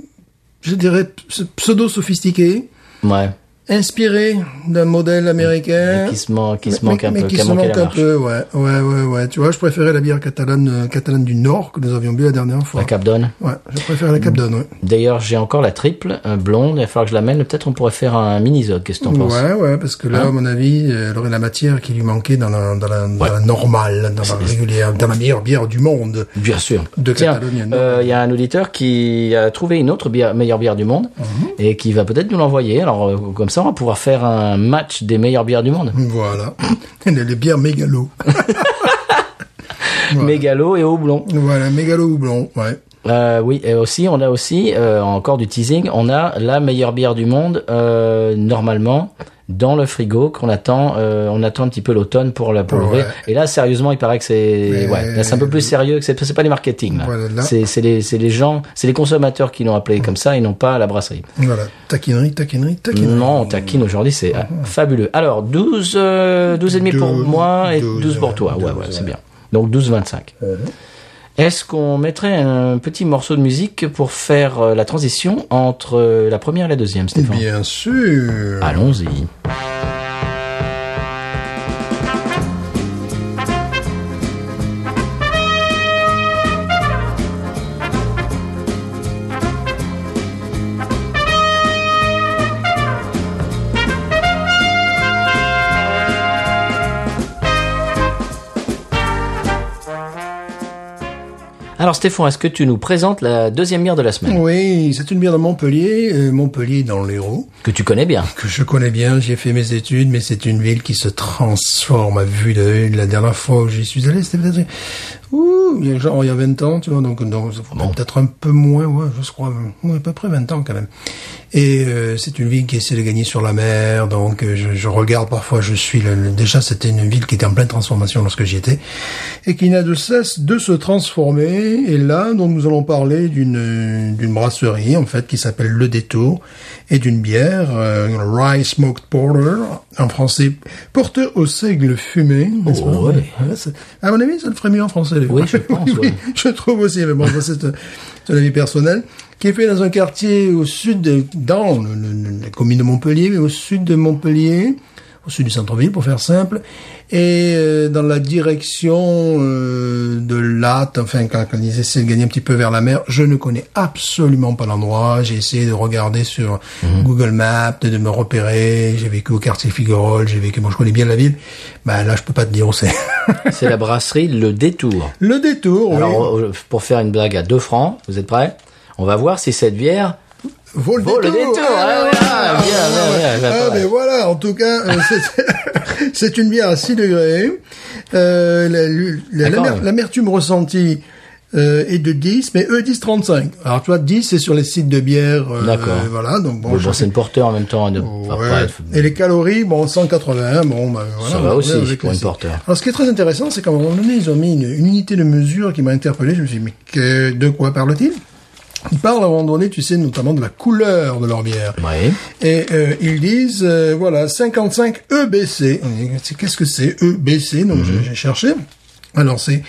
je dirais ps- pseudo-sophistiquée. Ouais. Inspirée d'un modèle américain. Qui se, man- qui se Mais- manque un mais peu, qui qui a se manqué manque la un marche. peu, ouais, ouais, ouais, ouais. Tu vois, je préférais la bière catalane, euh, catalane du Nord que nous avions bu la dernière fois. La Cap Don. Ouais, je préfère Mm. la Cap d'Anne, ouais. D'ailleurs, j'ai encore la triple, euh, blonde, il va falloir que je l'amène. Peut-être on pourrait faire un mini-zog, qu'est-ce que t'en penses? Hein Ouais, ouais, parce que là, à mon avis, euh, elle aurait la matière qui lui manquait dans la, dans la, dans la normale, dans la régulière, dans la meilleure bière du monde. Bien sûr. De Tiens, Catalogne, non. euh, il y a un auditeur qui a trouvé une autre bière, meilleure bière du monde Mhm. et qui va peut-être nous l'envoyer. Alors euh, comme ça, on va pouvoir faire un match des meilleures bières du monde. Voilà. Elle est les bières mégalo. Mégalo et houblon. voilà, mégalo houblon, ouais. Euh, oui, et aussi, on a aussi euh, encore du teasing. On a la meilleure bière du monde euh, normalement dans le frigo qu'on attend, euh, on attend un petit peu l'automne pour la pour Ouais. l'ouvrir. Et là, sérieusement, il paraît que c'est Mais- ouais, là, c'est un peu plus sérieux que c'est c'est pas les marketing là. Voilà, là. C'est c'est les c'est les gens, c'est les consommateurs qui l'ont appelé comme ça, ils n'ont pas la brasserie. Voilà, taquinerie, taquinerie, taquinerie. Non, on taquine aujourd'hui, c'est ah, fabuleux. Alors 12 euh, 12 et demi pour Douze, moi et douze, 12 pour toi. ouais, Ouais ouais, douze, c'est ouais. Euh, bien. Donc 12 25. Est-ce qu'on mettrait un petit morceau de musique pour faire euh, la transition entre euh, la première et la deuxième, Stéphane Eh Bien sûr. Allons-y. Alors Stéphane, est-ce que tu nous présentes la deuxième bière de la semaine Oui, c'est une bière de Montpellier, euh, Montpellier dans l'Hérault, que tu connais bien que je connais bien, j'y ai fait mes études, mais c'est une ville qui se transforme à vue d'œil. La dernière fois où j'y suis allé, c'était peut-être, ouh, il y a genre il y a 20 ans, tu vois, donc, donc ça fait peut-être un peu moins, ouais, je crois, ouais, à peu près 20 ans quand même. Et euh, c'est une ville qui essaie de gagner sur la mer, donc euh, je, je regarde parfois, je suis le- le- déjà c'était une ville qui était en pleine transformation lorsque j'y étais, et qui n'a de cesse de se transformer. Et là, donc nous allons parler d'une d'une brasserie en fait qui s'appelle Le Détour et d'une bière euh, Rye Smoked Porter en français, portée au seigle fumé. n'est-ce pas ouais. Ouais, c'est- à mon avis, ça le ferait mieux en français. les Oui, gars. je pense, ouais. je trouve aussi, mais bon, ça, c'est euh, c'est un avis personnel, qui est fait dans un quartier au sud, de, dans le- le- le- la commune de Montpellier, mais au sud de Montpellier, au sud du centre-ville, pour faire simple, et euh, dans la direction euh, de Latte, enfin, quand, quand ils essaient de gagner un petit peu vers la mer, je ne connais absolument pas l'endroit, j'ai essayé de regarder sur Mhm. Google Maps, de, de me repérer, j'ai vécu au quartier Figuerolles, j'ai vécu, bon, je connais bien la ville, bah là, je peux pas te dire où c'est. C'est la brasserie Le Détour. Le détour, oui, Alors, euh, pour faire une blague à 2 francs, vous êtes prêts On va voir si cette bière... vaut le Vaut le détour. détour, ah ouais, ah, bien, bien, bien, bien, Ah, pas mais mal. voilà, en tout cas, euh, c'est- c'est une bière à 6 degrés. Euh, la- la- D'accord, l'amer- oui. L'amertume ressentie euh, est de 10, mais eux disent 35. Alors toi, 10, c'est sur les sites de bière. euh, D'accord. Voilà, donc bon, Bon, je- c'est une porteur en même temps. de- Ouais. enfin, bref. Et les calories, bon, 180, bon, bah, voilà. Ça va on aussi, revient avec pour les- une porteur. Alors, ce qui est très intéressant, c'est qu'à un moment donné, ils ont mis une, une unité de mesure qui m'a interpellé. Je me suis dit, mais que- de quoi parle-t-il Ils parlent à un moment donné, tu sais, notamment de la couleur de leur bière. Ouais. Et euh, ils disent, euh, voilà, 55 EBC. On dit, c'est- Qu'est-ce que c'est EBC Mhm. Donc j'ai- j'ai cherché. Alors c'est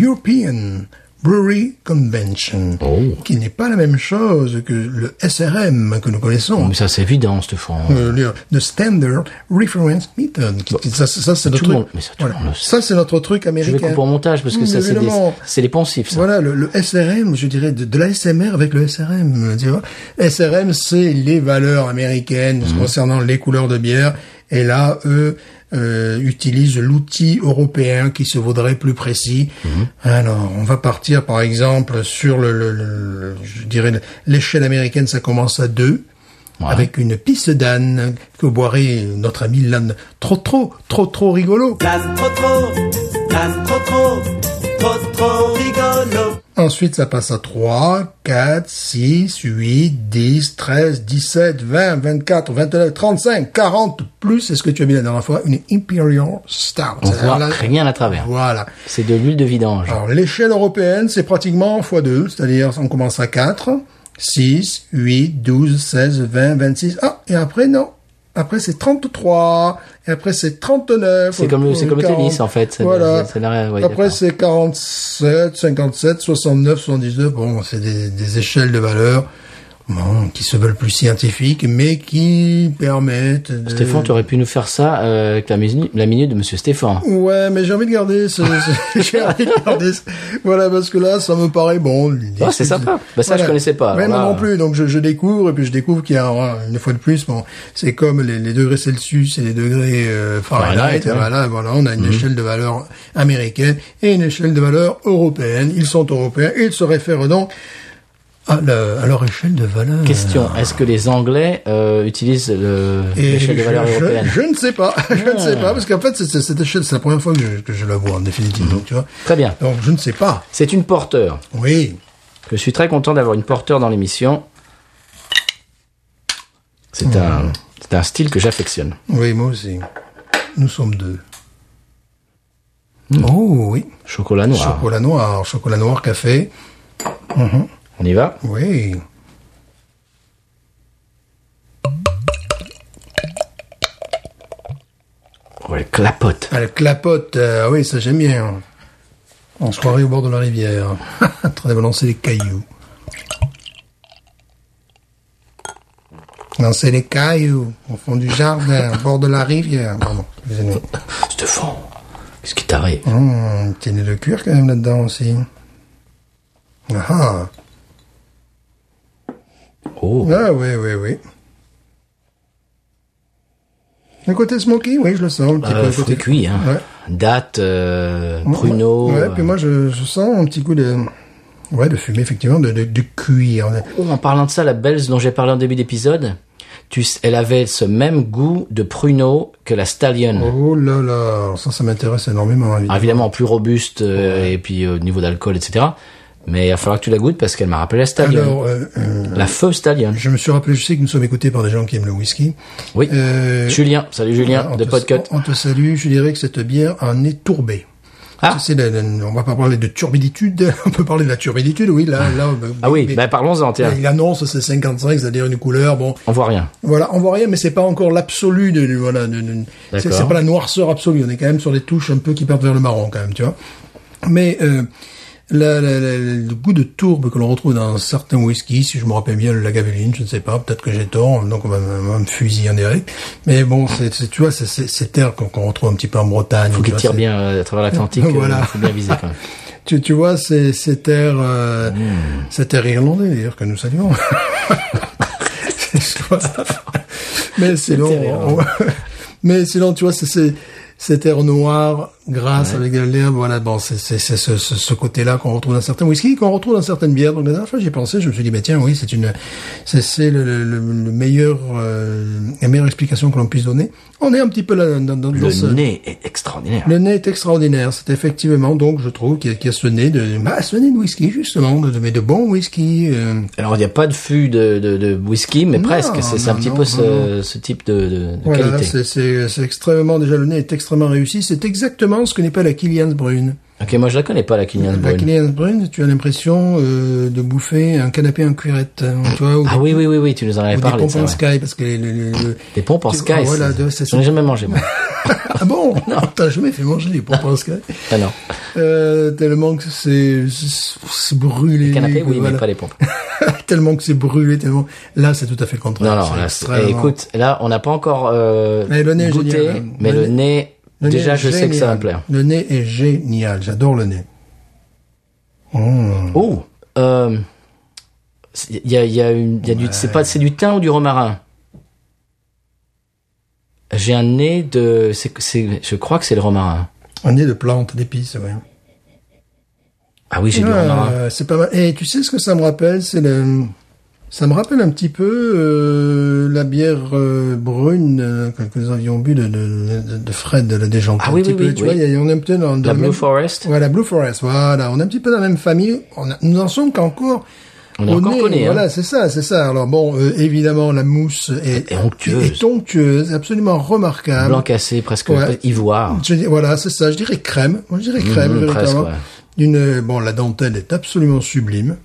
European Brewery Convention, Oh. qui n'est pas la même chose que le SRM que nous connaissons. Mais ça, c'est évident, cette fois. Euh, le- The Standard Reference Method. Qui- qui- Ça, ça, ça, c'est notre tout le truc. monde- mais ça, tout le monde le sait. Ça, c'est notre truc Je américain. vais couper au montage, parce que Mm, ça, c'est des, évidemment. c'est les poncifs, ça. Voilà, le, le SRM, je dirais, de, de la SMR avec le SRM, euh, tu vois. SRM, c'est les valeurs américaines Mhm. concernant les couleurs de bière. Et là, eux euh, utilisent l'outil européen qui se vaudrait plus précis. Mhm. Alors, on va partir, par exemple, sur le, le- le- le- je dirais, l'échelle américaine, ça commence à 2. Ouais. Avec une pisse d'âne que boirait notre ami Lan. Trop, trop, trop, trop rigolo. L'âne trop trop, l'âne trop trop, trop trop rigolo. Ensuite, ça passe à 3, 4, 6, 8, 10, 13, 17, 20, 24, 29, 35, 40, plus, c'est ce que tu as mis la dernière fois, une Imperial Stout. On C'est-à-dire voit la- rien à travers. Voilà. C'est de l'huile de vidange. Alors, l'échelle européenne, c'est pratiquement x2, c'est-à-dire, on commence à 4, 6, 8, 12, 16, 20, 26, ah, et après, non. Après, c'est 33, et après, c'est 39. C'est comme le- c'est comme le tennis, en fait. C'est- Voilà. c'est- c'est la- ouais, après, d'accord. c'est 47, 57, 69, 79. Bon, c'est des, des échelles de valeur bon, qui se veulent plus scientifiques, mais qui permettent... De... Stéphane, tu aurais pu nous faire ça euh, avec la, minu- la minute de Monsieur Stéphane. Ouais, mais j'ai envie de garder ce... ce- j'ai envie de garder ce- Voilà, parce que là, ça me paraît bon. l'idée, Ah, c'est sympa. Bah, ça, je connaissais pas. Mais Alors non, là, non plus. Donc, je, je découvre, et puis je découvre qu'il y a, voilà, une fois de plus, bon, c'est comme les, les degrés Celsius et les degrés euh, Fahrenheit. Fahrenheit, ouais. Mhm. Voilà, voilà, on a une échelle de valeur américaine et une échelle de valeur européenne. Ils sont européens, ils se réfèrent donc à, la- à leur échelle de valeur. Question, est-ce que les Anglais euh, utilisent le- Et l'échelle de je- valeur je- européenne Ah. Je, ne sais pas, je ne sais pas, parce qu'en fait, c'est- c'est- cette échelle, c'est la première fois que je, que je la vois en définitive, Mhm. donc tu vois. Très bien. Donc, je ne sais pas. C'est une porteur. Oui. Je Hmm. suis très content d'avoir une porteur dans l'émission. C'est un, C'est un style que j'affectionne. Oui, moi aussi. Nous sommes deux. Oh oui. Chocolat noir. Chocolat noir, chocolat noir, café. On y va Oui. Oh, elle clapote. Ah, le clapote, euh, oui, ça j'aime bien. On se croirait au bord de la rivière, en train de balancer les cailloux. Lancer les cailloux au fond du jardin, au bord de la rivière. Pardon, excusez-nous. Stéphane, qu'est-ce qui t'arrive Hum, petit nez de cuir quand même là-dedans aussi. Ah ah. Oh, Ah oui, oui, oui. Le côté smoky, oui, je le sens. Un petit euh, peu, le fruits côté cuits, hein. Ouais. Date, euh, Ouais, pruneaux. Ouais, euh, puis moi, je, je sens un petit coup de. Ouais, de fumée, effectivement, de, de, de cuir. Oh, En parlant de ça, la Bells dont j'ai parlé en début d'épisode, tu, s- elle avait ce même goût de pruneau que la Stallion. Oh là là, ça, ça m'intéresse énormément. hein, évidemment. Alors, évidemment, plus robuste euh, et puis euh, au niveau d'alcool, etc. Mais il va falloir que tu la goûtes parce qu'elle m'a rappelé la Stallion. Alors, euh, euh, la feu Stallion. je me suis rappelé, je sais que nous sommes écoutés par des gens qui aiment le whisky. Oui. Euh, Julien, salut Julien on de te- Podcut. On te salue, je dirais que cette bière en est tourbée. Ah. C'est la- la- on va pas parler de turbiditude, on peut parler de la turbiditude, oui, là, là. Ah oui, mais- bah, parlons-en, tiens. il annonce c'est 55, c'est-à-dire une couleur, bon, On voit rien. Voilà, on voit rien, mais c'est pas encore l'absolu de, de- voilà, de- de- c'est D'accord. c'est pas la noirceur absolue. On est quand même sur des touches un peu qui partent vers le marron quand même, tu vois. Mais euh, la- la- la- le goût de tourbe que l'on retrouve dans certains whisky, si je me rappelle bien, le Lagavulin, je ne sais pas, peut-être que j'ai tort, donc on va, me- on va me fusiller en direct. Mais bon, c'est c'est- tu vois, c'est- c'est cette terre qu'on qu'on retrouve un petit peu en Bretagne. Faut tu qu'il vois, tire Bah, c'est- bien euh, à travers l'Atlantique. euh, Voilà. faut bien viser quand même. Tu, tu vois, c'est cet air, euh, cet air irlandais d'ailleurs que nous saluons. Tu vois mais sinon, air irlandais. on- mais sinon, tu vois, c'est- c'est cet air noir, grasse avec de l'herbe. Voilà, bon, c'est c'est- c'est ce, ce- ce côté-là qu'on retrouve dans certains whisky, qu'on retrouve dans certaines bières. Donc la dernière fois, j'y ai pensé, je me suis dit, bah tiens, oui, c'est une, c'est c'est le, le, le- le meilleur, euh, la meilleure explication que l'on puisse donner. On est un petit peu là dans, dans, dans Le ce, nez est extraordinaire. le nez est extraordinaire, c'est effectivement donc je trouve qu'il y, a- qu'il y a ce nez de bah, ce nez de whisky justement, de, de- mais de bon whisky. euh, Alors il n'y a pas de fût de, de, de whisky, mais Non, presque. C'est c'est un non, petit non, peu non, ce, ce type de, de- de voilà, qualité. c'est- c'est c'est extrêmement déjà le nez est extrêmement réussi. C'est exactement ce que n'est pas la Killian's Brune. Ok, moi je la connais pas la Killian's La Brune. Killian's Brune, tu as l'impression euh, de bouffer un canapé en cuirette, hein, tu vois, ou, Ah oui, oui, oui, oui, tu nous en ou avais des parlé de pompes ça. en ouais. sky parce que les, les- les- les- Des pompes en Tu- sky. ah, voilà, c'est- de- c'est- J'en ai jamais mangé, moi. ah bon, t'as jamais fait manger des pompes en sky. Ah non. Euh, tellement que c'est c'est brûlé. Les canapés, oui, voilà. mais pas les pompes. tellement que c'est brûlé, tellement. Là, c'est tout à fait le contraire. Non, non, C'est là, c'est- eh, extrêmement- écoute, là, on n'a pas encore euh, Mais le nez est goûté, génial, hein. mais Le le nez, Le nez déjà, est je sais que ça va génial. me plaire. Le nez est génial. J'adore le nez. Mmh. Oh, euh, c'est- il y a, il y a, une- il y a du, c'est pas, c'est du thym ou du romarin. J'ai un nez de, c'est, c'est, je crois que c'est le romarin. Un nez de plante, d'épices, ouais. Ah oui, j'ai du Ouais, romarin. euh, c'est pas mal. Et tu sais ce que ça me rappelle C'est le. Ça me rappelle un petit peu euh, la bière euh, brune euh, que que nous avions bu de, de, de- de Fred de la Déjantée. Ah un oui, petit oui, peu, oui, tu oui. vois, il y a- on est peut-être dans, dans La le Blue même- Forest, Voilà, Blue Forest, voilà. On est un petit peu dans la même famille. On a- nous en sommes qu'encore. On est au encore nez, connaît, hein. Voilà, c'est ça, c'est ça. Alors bon, euh, évidemment, la mousse est, Est onctueuse. est onctueuse, absolument remarquable. blanc cassé, presque Ouais. presque ivoire. Je dis- voilà, c'est ça. Je dirais crème. Moi, je dirais crème, Mhm, véritablement. presque, ouais. Une, euh, bon, la dentelle est absolument sublime.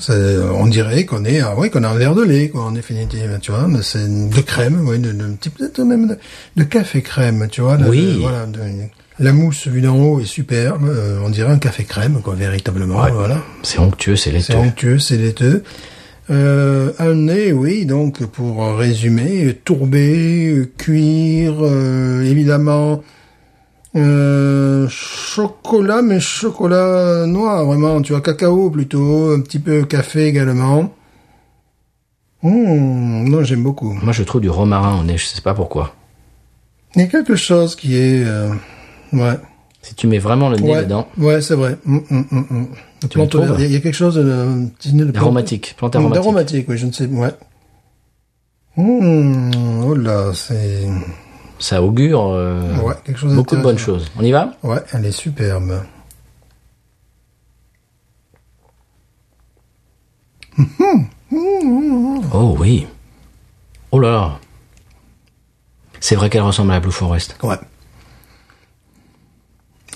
C'est- On dirait qu'on est, ah, oui, qu'on a un verre de lait, quoi, en définitive, tu vois. mais C'est de crème, oui, de, de- petit- peut-être même de, de café crème, tu vois. de- Oui. de- voilà, de- la mousse vue d'en haut est superbe. euh, on dirait un café crème, quoi, véritablement. Voilà. C'est onctueux, c'est C'est laiteux. onctueux, c'est laiteux. Euh, un nez, oui, donc pour résumer, tourbé, euh, cuir, euh, évidemment, euh, chocolat, mais chocolat noir, vraiment, tu vois, cacao plutôt, un petit peu café également. Hum, non, j'aime beaucoup. Moi, je trouve du romarin au nez, je sais pas pourquoi. Il y a quelque chose qui est... euh, ouais. Si tu mets vraiment le nez Ouais, dedans, ouais c'est vrai. Hum, hum, hum, hum. Tu le Plante verte, trouves Il y, a- il y a quelque chose de... un petit nez de plante- aromatique, plante aromatique. D'aromatique, oui, je ne sais, ouais. Mmh, oh là, c'est... Ça augure euh, Ouais, quelque chose beaucoup de bonnes d'intéressant. choses. On y va Ouais, elle est superbe. Oh oui. Oh là là. c'est vrai qu'elle ressemble à la Blue Forest. Ouais.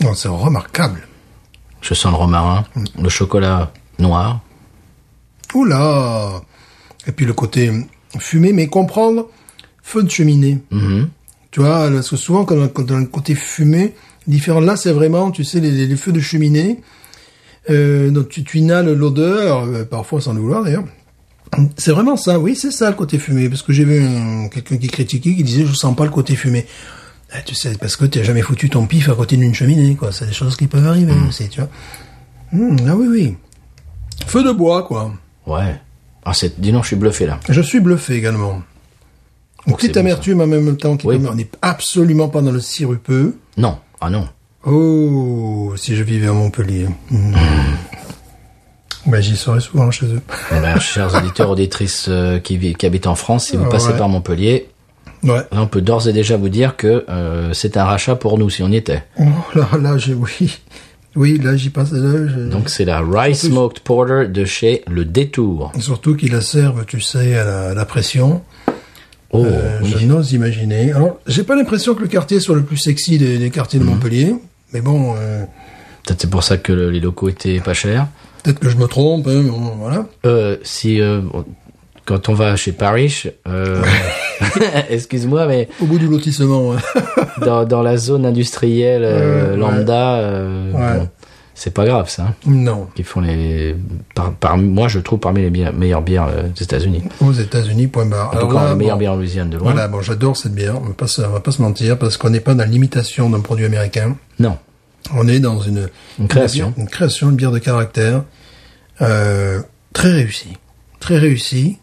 Non, c'est remarquable. Je sens le romarin, Mm. le chocolat noir. Oula Et puis le côté fumé, mais comprendre, feu de cheminée. Tu vois, parce que souvent, quand on- quand on a le côté fumé, différent, là, c'est vraiment, tu sais, les, les- les feux de cheminée, euh, donc tu, tu inhales l'odeur, euh, parfois sans le vouloir d'ailleurs. C'est vraiment ça, oui, c'est ça le côté fumé, parce que j'ai vu un- quelqu'un qui critiquait, qui disait, je sens pas le côté fumé. Eh, tu sais, parce que t'as jamais foutu ton pif à côté d'une cheminée, quoi. C'est des choses qui peuvent arriver aussi, tu vois. Hmm, ah oui, oui. Feu de bois, quoi. Ouais. Ah, c'est, dis non, je suis bluffé là. Je suis bluffé également. Une Oh, c'est petite bon, amertume en même temps. Qui Oui. on n'est absolument pas dans le sirupeux. Non. Ah non. Oh, si je vivais à Montpellier. Mmh. Bah, j'y serais souvent chez eux. Eh ben, chers auditeurs, auditrices euh, qui, vi- qui habitent en France, si vous Ah Ouais. passez par Montpellier, Ouais. on peut d'ores et déjà vous dire que euh, c'est un rachat pour nous si on y était. Oh, là, là, j'ai, oui. Oui, là, j'y passe. Là, je- Donc c'est la Rye Smoked Porter de chez Le Détour. Surtout qu'ils la servent, tu sais, à la, à la pression. Oh, Euh, oui. Je n'ose imaginer. Alors, j'ai pas l'impression que le quartier soit le plus sexy des, des quartiers de Hmm. Montpellier. Mais bon, euh, peut-être c'est pour ça que le- les locaux étaient pas chers. peut-être que je me trompe. hein, mais bon, voilà. Euh, si euh, on- quand on va chez Paris, euh, excuse-moi, mais Au bout du lotissement. hein. dans, dans la zone industrielle euh, Ouais, lambda, euh, Ouais. bon, c'est pas grave ça. non. Qui font les par, par- moi je trouve parmi les bières- meilleures bières euh, des États-Unis. aux États-Unis. Point barre. En tout Alors cas, là, la meilleure bon, bière en Louisiane de loin. Voilà, bon, j'adore cette bière. On va pas se, on va pas se mentir parce qu'on n'est pas dans l'imitation d'un produit américain. Non, On est dans une, Une création. une, création, une bière de caractère euh, très réussie, très réussie,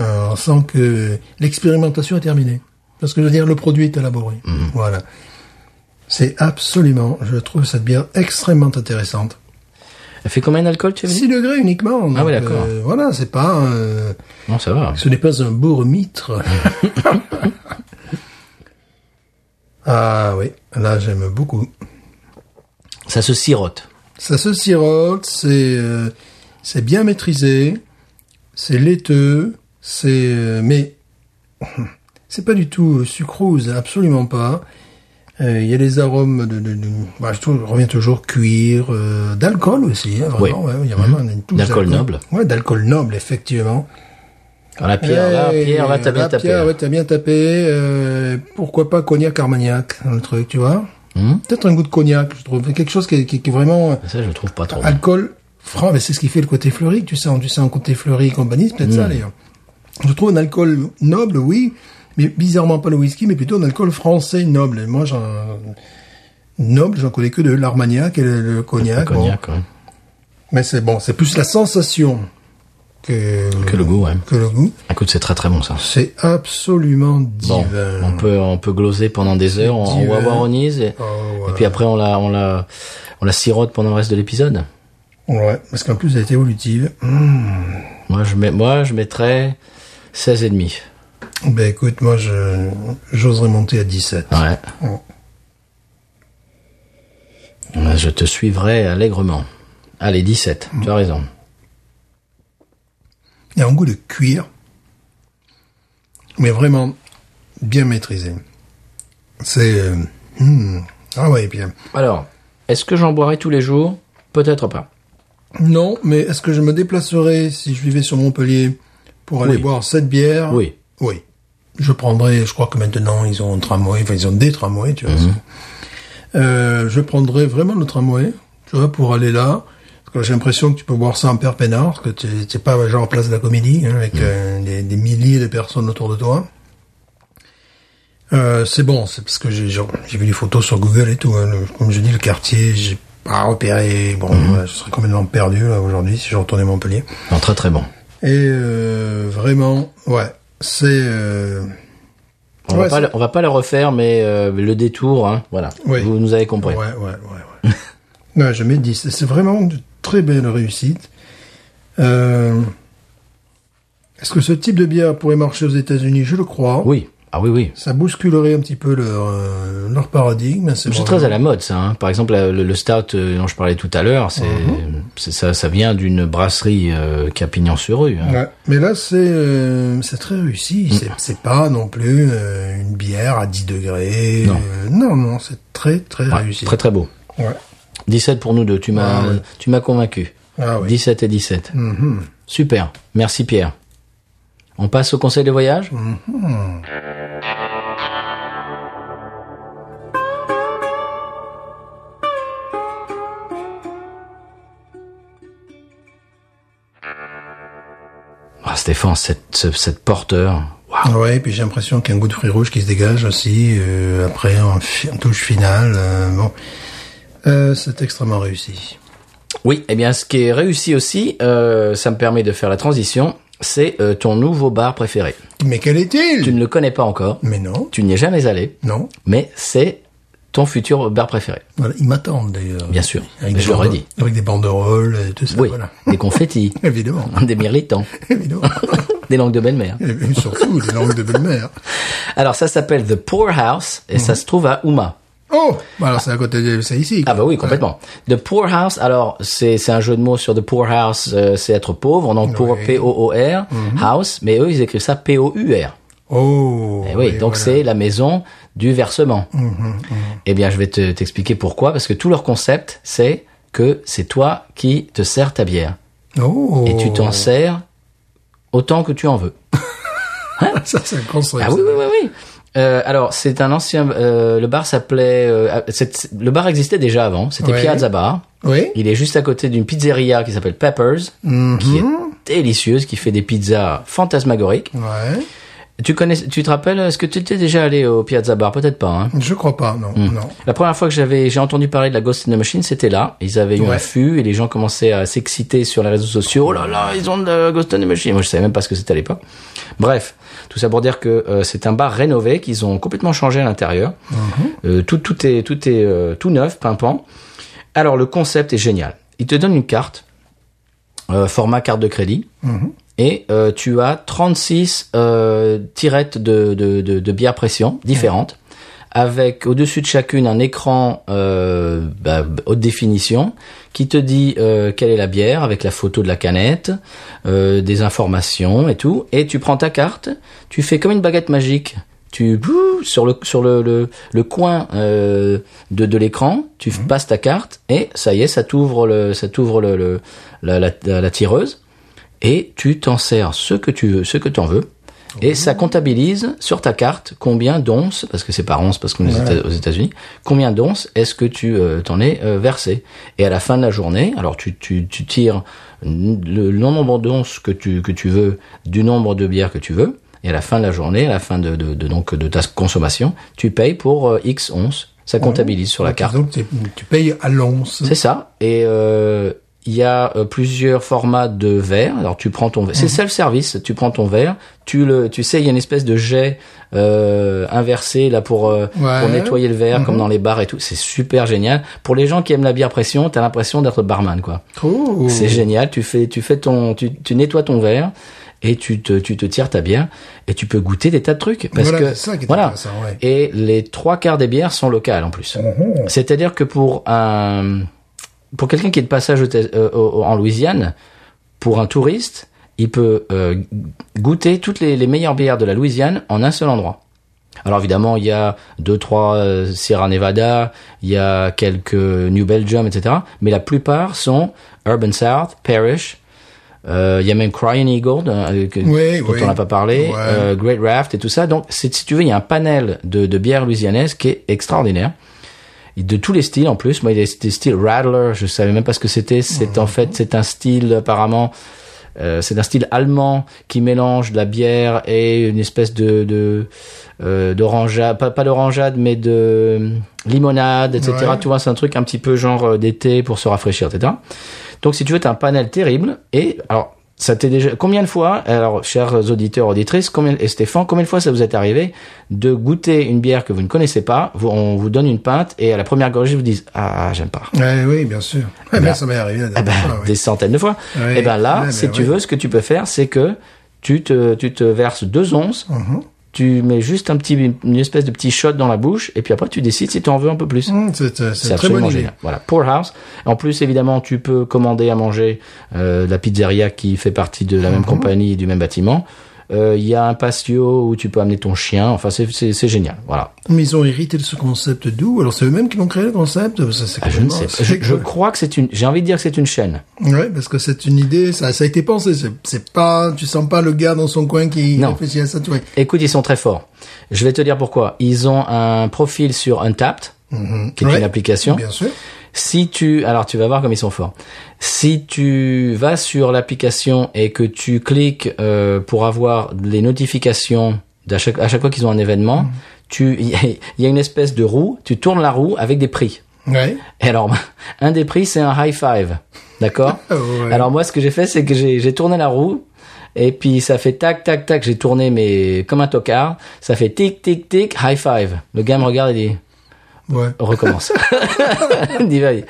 euh, sans que l'expérimentation est terminée. Parce que je veux dire, le produit est élaboré. Mhm. Voilà. C'est absolument, je trouve cette bière extrêmement intéressante. elle fait combien d'alcool tu as dit 6 degrés uniquement. Ah donc, ouais, d'accord. euh, voilà, c'est pas. euh, Non, ça va. ce n'est pas un bourre-mitre. ah oui, là j'aime beaucoup. Ça se sirote. Ça se sirote, c'est euh, c'est bien maîtrisé, c'est laiteux, c'est euh, mais c'est pas du tout euh, sucrose, absolument pas. Euh, Il y a les arômes de, de, de- bah, je trouve, je reviens toujours cuir, euh, d'alcool aussi, hein, vraiment. Oui. ouais, il y a vraiment une touche D'alcool d'alcool. noble. Ouais, d'alcool noble, effectivement. Alors la pierre, là, Ouais, pierre, là, t'as bien la tapé. hein. Pierre, là. ouais, t'as bien tapé. euh, pourquoi pas cognac armagnac, dans le truc, tu vois Hum Peut-être un goût de cognac, je trouve. Quelque chose qui, est- qui, qui est vraiment euh, Ça, je le trouve pas trop. bon. alcool franc. Mais c'est ce qui fait le côté fleuri, tu sais, en- tu sais, en côté fleuri et compagnie, c'est peut-être Hmm. ça, d'ailleurs. Je trouve un alcool noble, oui, mais bizarrement pas le whisky, mais plutôt un alcool français noble. Et moi, j'en... Noble, j'en connais que deux, l'armagnac et le, le Le cognac. bon. cognac, ouais. Mais c'est bon, c'est plus la sensation que, Que le goût, ouais. que le goût. Écoute, c'est très très bon ça. C'est absolument Bon, divin. on peut on peut gloser pendant des heures, on, on divin. va voir Onise et, Oh, ouais. et puis après on la on la on la sirote pendant le reste de l'épisode. Ouais, parce qu'en plus elle est évolutive. Moi je mets moi je mettrais 16 et demi. Ben écoute, moi je j'oserais monter à 17. Ouais. Ouais. Ouais, Je te suivrai allègrement. Allez, 17. Tu as raison. Il y a un goût de cuir, mais vraiment bien maîtrisé. C'est... euh, hmm. Ah ouais, bien. Alors, est-ce que j'en boirai tous les jours Peut-être pas. Non, mais est-ce que je me déplacerais si je vivais sur Montpellier pour aller Oui. boire cette bière Oui. Oui. Je prendrais, je crois que maintenant ils ont un tramway, enfin ils ont des tramways, tu vois. c'est- Euh, je prendrais vraiment le tramway, tu vois, pour aller là. Parce que j'ai l'impression que tu peux boire ça en perpénard, que tu t'es pas genre place de la comédie, hein, avec euh, des, des milliers de personnes autour de toi. Euh, c'est bon, c'est parce que j'ai genre, j'ai vu des photos sur Google et tout. hein, le- comme je dis, le quartier, j'ai pas repéré. Bon, ouais, je serais complètement perdu là aujourd'hui si je retournais à Montpellier. Non, très très bon. Et euh, vraiment, ouais, c'est... Euh... On, ouais, va pas c'est- le, on va pas le refaire, mais euh, le détour, hein, voilà. Oui. Vous nous avez compris. Ouais, ouais, ouais. ouais. Ouais, je mets 10. C'est vraiment de très belle réussite. Euh... Est-ce que ce type de bière pourrait marcher aux États-Unis Je le crois. Oui. Ah oui, oui. Ça bousculerait un petit peu leur, euh, leur paradigme. C'est très à la mode, ça. hein. Par exemple, la- le, le stout euh, dont je parlais tout à l'heure, c'est Mhm. c'est ça, ça vient d'une brasserie euh, qui a Pignon-sur-Rue. hein. Ouais. Mais là, c'est euh, c'est très réussi. C'est- C'est pas non plus euh, une bière à 10 degrés. Non. Euh, non, non, c'est très, très Ouais, réussi. très très beau. Ouais. 17 pour nous deux, tu m'as Ah ouais. tu m'as convaincu. Ah oui. 17 et 17. Mhm. Super. Merci Pierre. On passe au conseil de voyage Ah Stéphane, cette, ce- cette porteur. Waouh. Ah Ouais, puis j'ai l'impression qu'il y a un goût de fruits rouges qui se dégage aussi, euh, après en, fi- en touche finale. euh, bon, Euh, c'est extrêmement réussi. Oui, eh bien, ce qui est réussi aussi, euh, ça me permet de faire la transition, c'est euh, ton nouveau bar préféré. Mais quel est-il Tu ne le connais pas encore, Mais non, tu n'y es jamais allé, non. mais c'est ton futur bar préféré. Voilà, ils m'attendent d'ailleurs. Bien sûr, Avec mais des je l'aurais bande- dit. Avec des banderoles, et tout ça. Oui, Voilà. des confettis, Évidemment, des mirlitons, évidemment. des langues de belle-mère. Et surtout des langues de belle-mère. Alors, ça s'appelle The Poor House et Mhm. ça se trouve à Uma. Oh Bah Alors c'est à côté, de- c'est ici. Ah bah quoi. oui, complètement. The Poor House, alors c'est c'est un jeu de mots sur The Poor House, euh, c'est être pauvre, donc pour Oui. Mhm. P-O-O-R, House, mais eux ils écrivent ça P-O-U-R. Oh Eh oui, et donc voilà. Mhm, c'est la maison du versement. Eh bien, je vais te- t'expliquer pourquoi, parce que tout leur concept, c'est que c'est toi qui te sers ta bière. Oh Et tu t'en sers autant que tu en veux. Ça, c'est un concept. Ah oui, oui, oui, oui. Euh, alors, c'est un ancien... euh, le bar s'appelait... euh, c'est- le bar existait déjà avant, c'était Ouais. Piazza Bar. oui. Mm. Il est juste à côté d'une pizzeria qui s'appelle Peppers, qui Mhm. est délicieuse, qui fait des pizzas fantasmagoriques. Ouais. Tu connais, tu te rappelles, est-ce que tu étais déjà allé au Piazza Bar Peut-être pas, hein Je crois pas, non. Non. La première fois que j'avais, j'ai entendu parler de la Ghost in the Machine, c'était là. Ils avaient eu Ouais. un fût et les gens commençaient à s'exciter sur les réseaux sociaux. Oh là là, ils ont de la Ghost in the Machine. Moi, je savais même pas ce que c'était à l'époque. Bref, tout ça pour dire que euh, c'est un bar rénové qu'ils ont complètement changé à l'intérieur. Euh, tout, tout est, tout est euh, tout neuf, pimpant. Alors le concept est génial. Ils te donnent une carte, euh, format carte de crédit. Et euh, tu as 36 euh, tirettes de, de, de, de bière pression différentes, avec au-dessus de chacune un écran euh, bah, haute définition qui te dit euh, quelle est la bière, avec la photo de la canette, euh, des informations et tout. Et tu prends ta carte, tu fais comme une baguette magique. Tu bouh, sur le sur le le, le coin euh, de de l'écran, tu passes ta carte et ça y est, ça t'ouvre le ça t'ouvre le, le la, la, la- la tireuse et tu t'en sers ce que tu veux, ce que t'en veux. Et ça comptabilise sur ta carte combien d'onces, parce que c'est par once, parce qu'on est Ouais. Éta- aux États-Unis, combien d'onces est-ce que tu euh, t'en es euh, versé Et à la fin de la journée, alors tu, tu, tu tires n- le nombre d'onces que tu, que tu veux du nombre de bières que tu veux, et à la fin de la journée, à la fin de, de, de- donc, de ta consommation, tu payes pour euh, X onces. Ça comptabilise sur la carte. Donc tu, tu payes à l'once. C'est ça. Et euh, il y a euh, plusieurs formats de verre. Alors tu prends ton verre. Mmh. C'est self-service. Tu prends ton verre. Tu le, tu sais, il y a une espèce de jet euh, inversé là pour euh, Ouais. Mmh. pour nettoyer le verre comme dans les bars et tout. C'est super génial. Pour les gens qui aiment la bière pression, t'as l'impression d'être barman quoi. Oh. C'est génial. Tu fais, tu fais ton, tu, tu nettoies ton verre et tu te, tu te tires ta bière et tu peux goûter des tas de trucs parce Voilà, que c'est ça qui est voilà. intéressant, ouais. Et les trois quarts des bières sont locales en plus. C'est-à-dire que pour un, pour quelqu'un qui est de passage au Te- euh, au- au- en Louisiane, pour un touriste, il peut euh, goûter toutes les, les meilleures bières de la Louisiane en un seul endroit. Alors évidemment, il y a deux, trois euh, Sierra Nevada, il y a quelques New Belgium, etc. Mais la plupart sont Urban South, Parrish. euh, il y a même Crying Eagle, euh, que- Oui, dont oui. on n'a pas parlé, Ouais. euh, Great Raft et tout ça. Donc, c'est- si tu veux, il y a un panel de, de bières louisianaises qui est extraordinaire. Et De tous les styles en plus. Moi, il y a des styles Rattler, je savais même pas ce que c'était. C'est en fait, c'est un style apparemment euh, c'est un style allemand qui mélange de la bière et une espèce de de euh, d'orangeade, pas, pas d'orangeade, mais de euh, limonade, etc. Ouais. Tu vois, c'est un truc un petit peu genre euh, d'été pour se rafraîchir, etc. Donc, si tu veux, t'as un panel terrible. Et alors, ça t'est déjà combien de fois, alors chers auditeurs auditrices, combien et Stéphane, combien de fois ça vous est arrivé de goûter une bière que vous ne connaissez pas, vous, on vous donne une pinte et à la première gorgée vous disent ah j'aime pas. Ouais, Eh oui, bien sûr. Ah, ben, ça m'est arrivé la Ah ben, dernière fois, oui. des centaines de fois. Ouais. et ben là, Ouais, si ben tu oui. Mhm. veux, ce que tu peux faire, c'est que tu te, tu te verses deux onces, tu mets juste un petit, une espèce de petit shot dans la bouche, et puis après tu décides si tu en veux un peu plus. Mmh, c'est euh, c'est C'est une très absolument bonne idée. génial. Voilà, Pour House. En plus, évidemment, tu peux commander à manger euh, la pizzeria qui fait partie de la même Mhm. compagnie et du même bâtiment. Euh, Il y a un patio où tu peux amener ton chien. Enfin, c'est- c'est c'est génial. Voilà. Mais ils ont hérité de ce concept d'où Alors c'est eux-mêmes qui l'ont créé le concept Ça, c'est Ah, je ne sais pas. Je, complètement- je crois que c'est une. J'ai envie de dire que c'est une chaîne. Ouais, parce que c'est une idée, ça, ça a été pensé. C'est- C'est pas, tu sens pas le gars dans son coin qui Non. réfléchit à ça. Tu vois. Écoute, ils sont très forts. Je vais te dire pourquoi. Ils ont un profil sur Untapped, qui est Mhm. Ouais. une application. Bien sûr. Si tu, alors tu vas voir comme ils sont forts. Si tu vas sur l'application et que tu cliques euh, pour avoir les notifications d'à chaque, à chaque fois qu'ils ont un événement, Mhm. tu, il y, a- il y a une espèce de roue. Tu tournes la roue avec des prix. Ouais. Et alors, un des prix, c'est un high five. D'accord Ouais. Alors moi, ce que j'ai fait, c'est que j'ai j'ai tourné la roue. Et puis ça fait tac tac tac, j'ai tourné mais comme un tocard, ça fait tic tic tic, high five. Le gars me regarde et dit Ouais. recommence. Il dit, vas-y.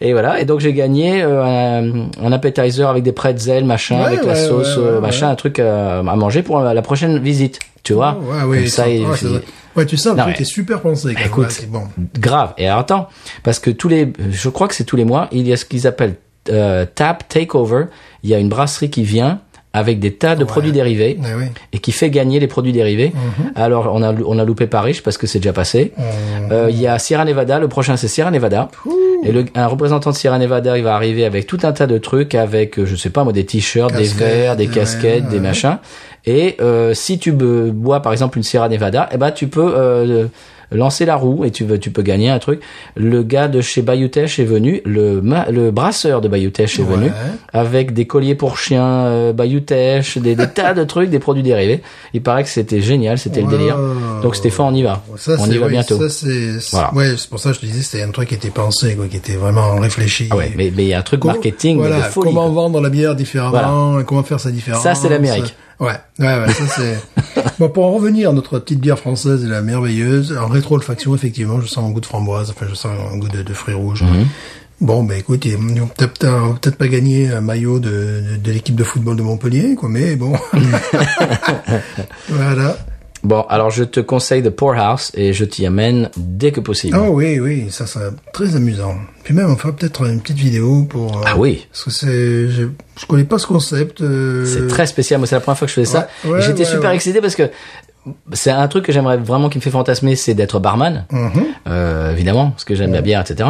et voilà, et donc j'ai gagné euh, un, un appetizer avec des pretzels, machin, Ouais, avec la ouais, sauce, ouais, ouais, euh, machin, ouais. un truc à, à manger pour euh, la, la prochaine visite, tu vois. Ouais, ouais, Ah, Comme ça, ouais, il- c'est vrai. Ouais, tu sens, le Non, truc mais- est super pensé. quoi. Ben écoute. Ouais, Bah, c'est bon. Grave. Et alors, attends, parce que tous les, je crois que c'est tous les mois, il y a ce qu'ils appellent euh, tap takeover. Il y a une brasserie qui vient avec des tas de produits dérivés Ouais, ouais. et qui fait gagner les produits dérivés. Mhm. Alors on a on a loupé Paris parce que c'est déjà passé. Euh, Il y a Sierra Nevada, le prochain c'est Sierra Nevada. Et le, un représentant de Sierra Nevada, il va arriver avec tout un tas de trucs, avec euh, je sais pas moi des t-shirts, des Casquettes, verres, des ouais, casquettes, des ouais. machins. Et euh, si tu be- bois par exemple une Sierra Nevada, eh ben tu peux euh, lancer la roue et tu veux tu peux gagner un truc. Le gars de chez Bayutech est venu, le ma- le brasseur de Bayutech est Ouais. venu avec des colliers pour chiens, euh, Bayutech, des, des tas de trucs, des produits dérivés. Il paraît que c'était génial, c'était Wow. le délire. Donc Stéphane, on y va. Ça, on c'est- y va ouais, bientôt. Ça, c'est, c'est- Voilà. ouais, c'est pour ça que je te disais, c'était un truc qui était pensé, quoi, qui était vraiment réfléchi. Ah ouais, mais mais il y a un truc Comment- marketing mais voilà, de folie. Comment quoi. vendre la bière différemment, comment faire ça différemment. Ça, c'est l'Amérique. Ouais, ouais, ouais, ça c'est. bon, pour en revenir, notre petite bière française est la merveilleuse. En rétro-olfaction, effectivement, je sens un goût de framboise, enfin, je sens un goût de, de fruits rouges. Mhm. Bon, ben écoute, et- on peut peut-être peut-être pas gagné un maillot de, de, de l'équipe de football de Montpellier, quoi, mais bon. voilà. Bon, alors je te conseille The Poor House et je t'y amène dès que possible. Oh oui, oui, ça sera très amusant. Puis même, on fera peut-être une petite vidéo pour. euh, Ah oui. Parce que c'est, je, je connais pas ce concept. euh, C'est très spécial, moi c'est la première fois que je faisais ça. Ouais, ouais, J'étais ouais, super ouais. excité parce que c'est un truc que j'aimerais vraiment qui me fait fantasmer, c'est d'être barman, Mhm. Euh, évidemment, parce que j'aime la bière, etc.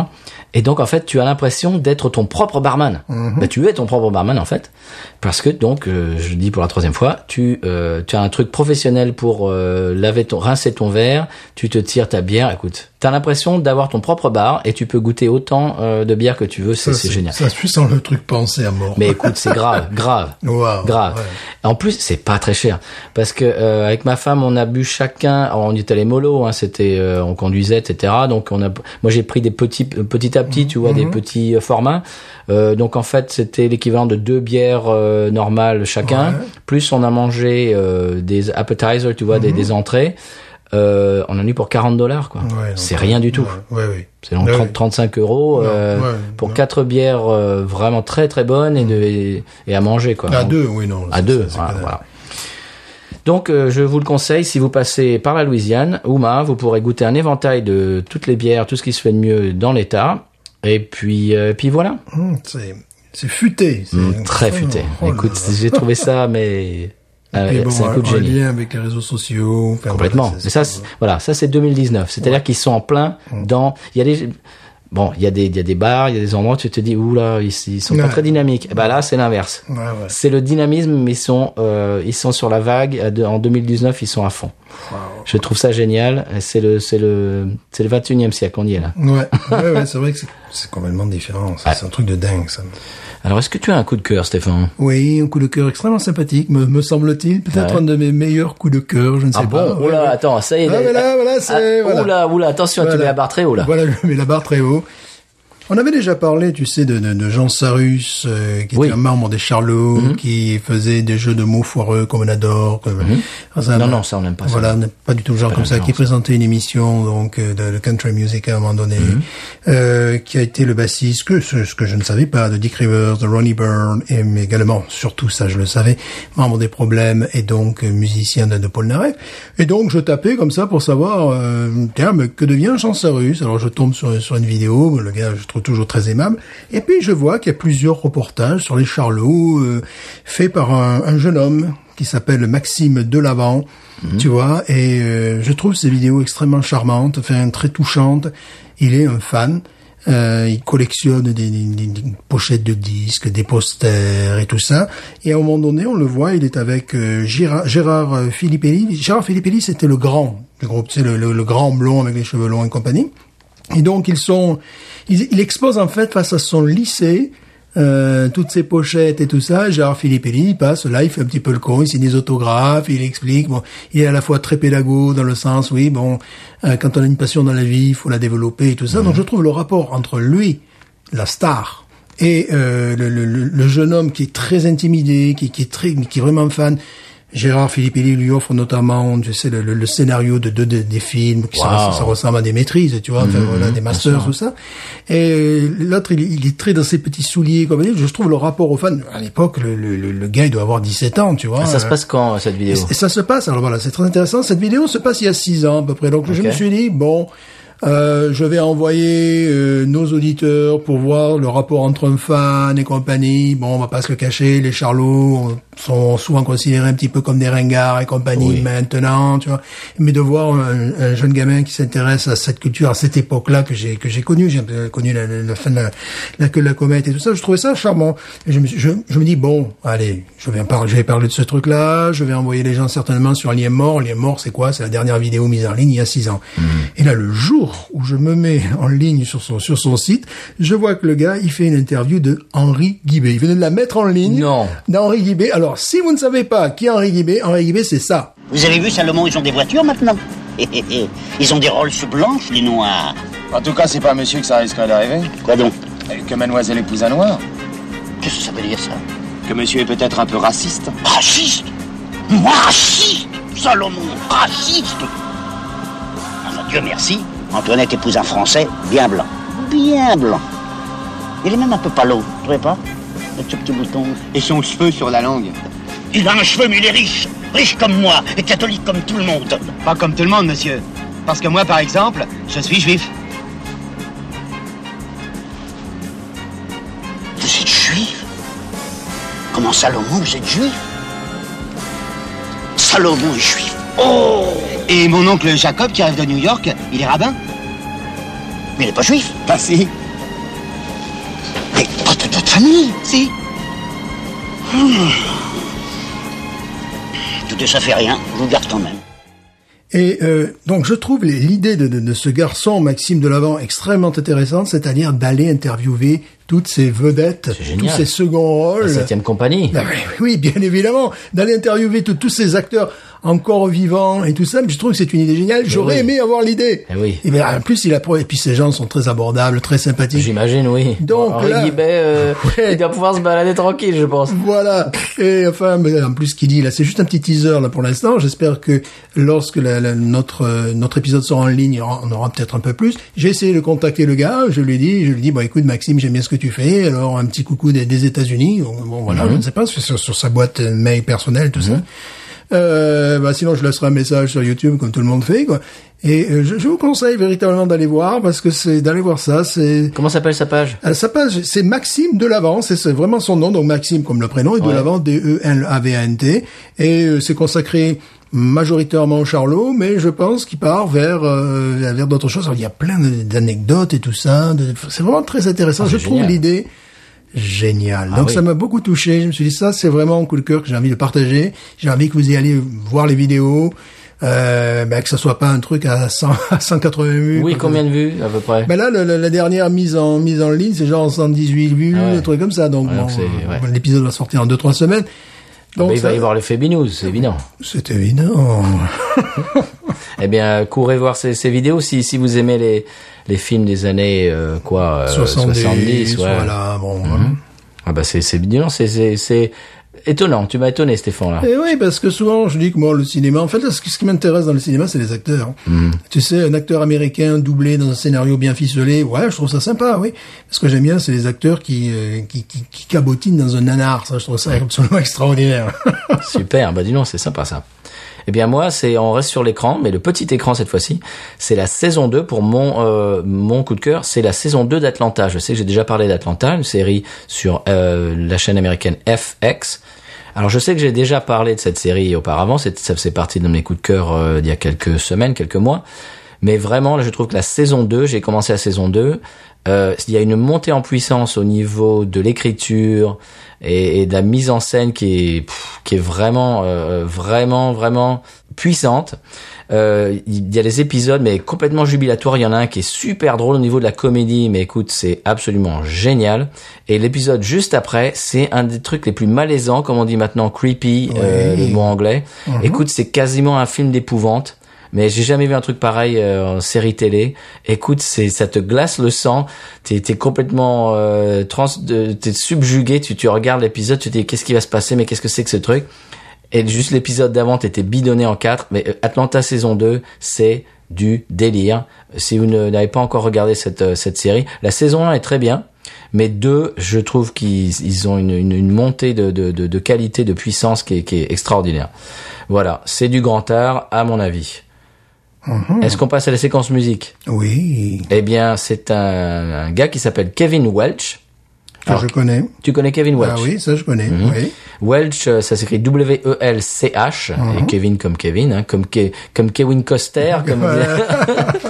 Et donc en fait, tu as l'impression d'être ton propre barman. Bah, tu es ton propre barman en fait, parce que donc euh, je le dis pour la troisième fois, tu euh, tu as un truc professionnel pour euh, laver ton, rincer ton verre, tu te tires ta bière. Écoute, t'as l'impression d'avoir ton propre bar et tu peux goûter autant euh, de bière que tu veux. Ça, C'est c'est génial. Ça, tu sens le truc pensé à mort. Mais écoute, c'est grave, grave. Waouh, grave. ouais. En plus, c'est pas très cher parce que euh, avec ma femme, on a bu chacun. alors, on était allé mollo, hein, c'était, euh, on conduisait, etc. Donc on a, moi j'ai pris des petits, euh, petit à petit, tu vois, Mhm. des petits euh, formats. Euh, donc en fait, c'était l'équivalent de deux bières euh, normales chacun. Plus on a mangé euh, des appetizers, tu vois, des, des entrées. Euh, on en a eu pour 40 dollars, quoi. Mhm. Ouais, donc, c'est rien du tout. Ouais, ouais, ouais. C'est donc Ouais, 30, ouais. 35 euros Non, euh, ouais, pour non. quatre bières euh, vraiment très très bonnes et, de, et, et à manger quoi. À Donc, deux, oui, non. euh, À c'est- deux, c'est- c'est voilà, pas- voilà. Donc euh, je vous le conseille si vous passez par la Louisiane, Ouma, vous pourrez goûter un éventail de toutes les bières, tout ce qui se fait de mieux dans l'État. Et puis euh, puis voilà, Hum, C'est, c'est futé. c'est- Mm, Hum, très oh, futé. oh là Écoute, là. j'ai trouvé ça mais euh, Et bon, c'est un coup de en génie. lien avec les réseaux sociaux. enfin, Complètement. voilà, c'est- Mais ça, Mm. c'est- voilà, ça c'est 2019. C'est-à-dire qu'ils sont en plein dans. Il y a des. Bon, il y a des, il y a des bars, il y a des endroits où tu te dis, oula, ils, ils sont pas Ouais. très dynamiques. Et ben là, c'est l'inverse. Ouais, ouais. C'est le dynamisme, mais ils sont, euh, ils sont sur la vague. Euh, de- En 2019, ils sont à fond. Je trouve ça génial. Et C'est le, c'est le, c'est le 21e siècle. On y est là. Ouais, ouais, ouais, c'est vrai que c'est, c'est complètement différent. ça, C'est un truc de dingue, ça. Alors, est-ce que tu as un coup de cœur, Stéphane Oui, un coup de cœur extrêmement sympathique, me, me semble-t-il. Peut-être Ouais. un de mes meilleurs coups de cœur, je ne sais Ah pas. bon Ouais, Oula, ouais. attends, ça y est. Ah, mais là, voilà, c'est- Ah, voilà. Oula, oula, attention, tu Voilà. mets la barre très haut là. Voilà, je mets la barre très haut. On avait déjà parlé, tu sais, de, de, de Jean Sarus, euh, qui Oui. Mhm. était un membre des Charlots, qui faisait des jeux de mots foireux comme on adore. que- Enfin, Mhm. Non, non, ça, on n'aime pas ça. Voilà, n'est pas du tout le genre Pas comme ça. notre Qui genre, présentait une émission donc euh, de, de country music à un moment donné, Mhm. euh, qui a été le bassiste que ce, ce que je ne savais pas de Dick Rivers, de Ronnie Byrne, et mais également surtout ça je le savais, membre des Problèmes et donc euh, musicien de, de Paul Naref. Et donc je tapais comme ça pour savoir euh, tiens mais que devient Jean Sarus Alors je tombe sur sur une vidéo, le gars je le trouve toujours très aimable, et puis je vois qu'il y a plusieurs reportages sur les Charlots euh, faits par un- un jeune homme qui s'appelle Maxime Delavant, tu vois, et euh, je trouve ces vidéos extrêmement charmantes, enfin très touchantes. Il est un fan. euh, il collectionne des, des- des- des pochettes de disques, des posters et tout ça. Et à un moment donné, on le voit, il est avec euh, Gira- Gérard euh, Filippelli. Gérard Filippelli, c'était le grand du groupe, c'est le, le- le grand blond avec les cheveux longs et compagnie. Et donc ils sont, ils- il expose en fait face à son lycée euh, toutes ses pochettes et tout ça. Gérard Filippelli il passe là, il fait un petit peu le con, il signe des autographes, il explique. Bon, il est à la fois très pédago dans le sens, oui, bon, euh, quand on a une passion dans la vie, il faut la développer et tout ça. Donc je trouve le rapport entre lui, la star, et euh, le, le- le- le jeune homme qui est très intimidé, qui, qui est très, qui est vraiment fan. Gérard Filippelli lui offre notamment, je sais, le, le- le scénario de deux des- des films qui Wow. sont, ça ressemble à des maîtrises, tu vois, Mm-hmm, enfin, voilà, des masters, tout ça. Et euh, l'autre, il, il est très dans ses petits souliers, comme on dit. Je trouve le rapport aux fans, à l'époque, le, le, le- le gars, il doit avoir 17 ans, tu vois. Ah, ça se Euh, passe quand, cette vidéo et ça se passe, alors voilà, c'est très intéressant. Cette vidéo se passe il y a six ans à peu près. Donc je Ok. me suis dit, bon, euh, je vais envoyer euh, nos auditeurs pour voir le rapport entre un fan et compagnie. Bon, on va pas se le cacher, les charlots on- sont souvent considérés un petit peu comme des ringards et compagnie Oui. maintenant, tu vois. Mais de voir un, un jeune gamin qui s'intéresse à cette culture, à cette époque-là que j'ai que j'ai connue, j'ai euh, connu la, la, la fin de la, la queue de la comète et tout ça, je trouvais ça charmant. Et je, me, suis- je, je me dis bon, allez, je vais en parler, je vais parler de ce truc-là, je vais envoyer les gens certainement sur Lien mort. Lien mort, c'est quoi C'est la dernière vidéo mise en ligne il y a six ans. Et là, le jour où je me mets en ligne sur son sur son site, je vois que le gars, il fait une interview de Henri Guibé. Il venait de la mettre en ligne. Non. D'Henri Guibé. Alors, si vous ne savez pas qui est Henri Guibé, Henri Guibé, c'est ça. Vous avez vu, Salomon, ils ont des voitures maintenant. Hé, hé, hé. Ils ont des Rolls blanches, les noirs. En tout cas, c'est pas à monsieur que ça risquerait d'arriver. Quoi donc Et Que mademoiselle épouse un noir. Qu'est-ce que ça veut dire, ça Que monsieur est peut-être un peu raciste. Raciste Moi, raciste Salomon, raciste Ah, mon Dieu merci, Antoinette épouse un Français bien blanc. Bien blanc. Il est même un peu palo, vous trouvez pas Avec ce petit bouton. Et son cheveu sur la langue. Il a un cheveu, mais il est riche. Riche comme moi et catholique comme tout le monde. Pas comme tout le monde, monsieur. Parce que moi, par exemple, je suis juif. Vous êtes juif Comment Salomon, vous êtes juif Salomon est juif. Oh Et mon oncle Jacob, qui arrive de New York, il est rabbin. Mais il n'est pas juif. Bah si. Mais pas de notre famille. Hmm. Si. Tout ça fait rien. Je vous garde quand même. Et euh, donc je trouve les- l'idée de, de, de ce garçon Maxime Delavant extrêmement intéressante, c'est-à-dire d'aller interviewer toutes ces vedettes, C'est génial. tous ces seconds La rôles. septième compagnie. Ah oui, oui, bien évidemment, d'aller interviewer tous- tous ces acteurs encore vivants et tout ça. mais Je trouve que c'est une idée géniale. J'aurais oui. aimé avoir l'idée. Eh oui. Et bien, en plus, il a pro- et puis ces gens sont très abordables, très sympathiques. J'imagine, oui. Donc, Henri là- Guibet, euh, Ouais. il doit pouvoir se balader tranquille, je pense. Voilà. Et enfin, mais en plus qu'il dit là, c'est juste un petit teaser là pour l'instant. J'espère que lorsque la- la- notre euh, notre épisode sera en ligne, on aura peut-être un peu plus. J'ai essayé de contacter le gars. Je lui ai dit, je lui ai dit, bon écoute Maxime, j'aime bien ce que tu fais. Alors un petit coucou des, des États-Unis. Bon, Bon voilà, je ne sais pas sur, sur- sur sa boîte euh, mail personnelle tout ça. Euh, bah, sinon, je laisserai un message sur YouTube comme tout le monde fait. Quoi. Et euh, je, je vous conseille véritablement d'aller voir parce que c'est d'aller voir ça. C'est Comment s'appelle sa page alors, Euh, ça passe, c'est Maxime Delavant, c'est c'est vraiment son nom, donc Maxime comme le prénom, et Ouais. Delavant, D-E-L-A-V-A-N-T, et euh, c'est consacré majoritairement au Charlot, mais je pense qu'il part vers euh, vers d'autres choses. Alors, il y a plein de- d'anecdotes et tout ça, de- c'est vraiment très intéressant. Ah, je c'est trouve génial. l'idée géniale. Ah donc oui. ça m'a beaucoup touché, je me suis dit ça, c'est vraiment un coup de cœur que j'ai envie de partager, j'ai envie que vous y allez voir les vidéos, euh, ben, que ce soit pas un truc à, 100, à 180 vues. Oui, comme- combien de vues, à peu près Bah, ben là, le- le- la dernière mise en mise en ligne, c'est genre 118 vues, Ah ouais. un truc comme ça. Donc Ouais, donc bon, euh, c'est- ouais. l'épisode va sortir en 2-3 semaines. Bah, Donc, il va ça- y avoir le Fébi News, c'est évident. c'est évident. Eh bien, courez voir ces, ces vidéos si, si vous aimez les, les films des années euh, quoi euh, 70, 70, ouais. voilà, bon. Ah bah c'est c'est bien, c'est c'est c'est étonnant. Tu m'as étonné, Stéphane là. Et oui, parce que souvent, je dis que moi, le cinéma, en fait, là, ce qui ce qui m'intéresse dans le cinéma, c'est les acteurs. Mhm. Tu sais, un acteur américain doublé dans un scénario bien ficelé, ouais, je trouve ça sympa, oui. Ce que j'aime bien, c'est les acteurs qui, euh, qui, qui, qui cabotinent dans un nanar, ça, je trouve ça absolument extraordinaire. Super. Bah dis donc, c'est sympa ça. Eh bien moi, c'est on reste sur l'écran, mais le petit écran cette fois-ci. C'est la saison 2 pour mon euh, mon coup de cœur. C'est la saison 2 d'Atlanta. Je sais que j'ai déjà parlé d'Atlanta, une série sur euh, la chaîne américaine FX. Alors je sais que j'ai déjà parlé de cette série auparavant. C'est ça faisait partie de mes coups de cœur euh, il y a quelques semaines, quelques mois. Mais vraiment, là, je trouve que la saison 2, j'ai commencé la saison 2, euh, il y a une montée en puissance au niveau de l'écriture et, et de la mise en scène qui est, pff, qui est vraiment, euh, vraiment, vraiment puissante. Euh, il y a des épisodes, mais complètement jubilatoires. Il y en a un qui est super drôle au niveau de la comédie, mais écoute, c'est absolument génial. Et l'épisode juste après, c'est un des trucs les plus malaisants, comme on dit maintenant, creepy, euh, Oui. le mot anglais. Écoute, c'est quasiment un film d'épouvante. Mais j'ai jamais vu un truc pareil euh, en série télé. Écoute, c'est ça te glace le sang. T'es t'es complètement euh, trans, de- t'es subjugué. Tu tu regardes l'épisode, tu te dis qu'est-ce qui va se passer, mais qu'est-ce que c'est que ce truc Et juste l'épisode d'avant, t'étais bidonné en quatre. Mais euh, Atlanta saison 2, c'est du délire. Si vous ne- n'avez pas encore regardé cette euh, cette série, la saison 1 est très bien. Mais deux, je trouve qu'ils ils ont une, une, une montée de, de, de, de qualité, de puissance qui est, qui est extraordinaire. Voilà, c'est du grand art, à mon avis. Mm. Est-ce qu'on passe à la séquence musique oui, Eh bien, c'est un, un gars qui s'appelle Kevin Welch. que Alors, je connais. Tu connais Kevin Welch Ah oui, ça, je connais, Mhm. oui. Welch, euh, ça s'écrit W-E-L-C-H, Mhm. et Kevin comme Kevin, hein, comme, Ke- comme Kevin Coster. comme on disait.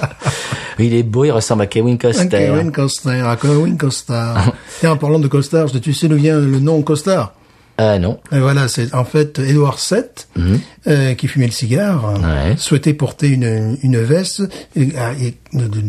il est beau, il ressemble à Kevin Un Coster. Kevin Costner, un Kevin Costner. Tiens, en parlant de Costner, je- tu sais d'où vient le nom Costner Ah non, Et voilà, c'est en fait Édouard VII euh, qui fumait le cigare, Mhm. Ouais. souhaitait porter une, une veste et- ah, et-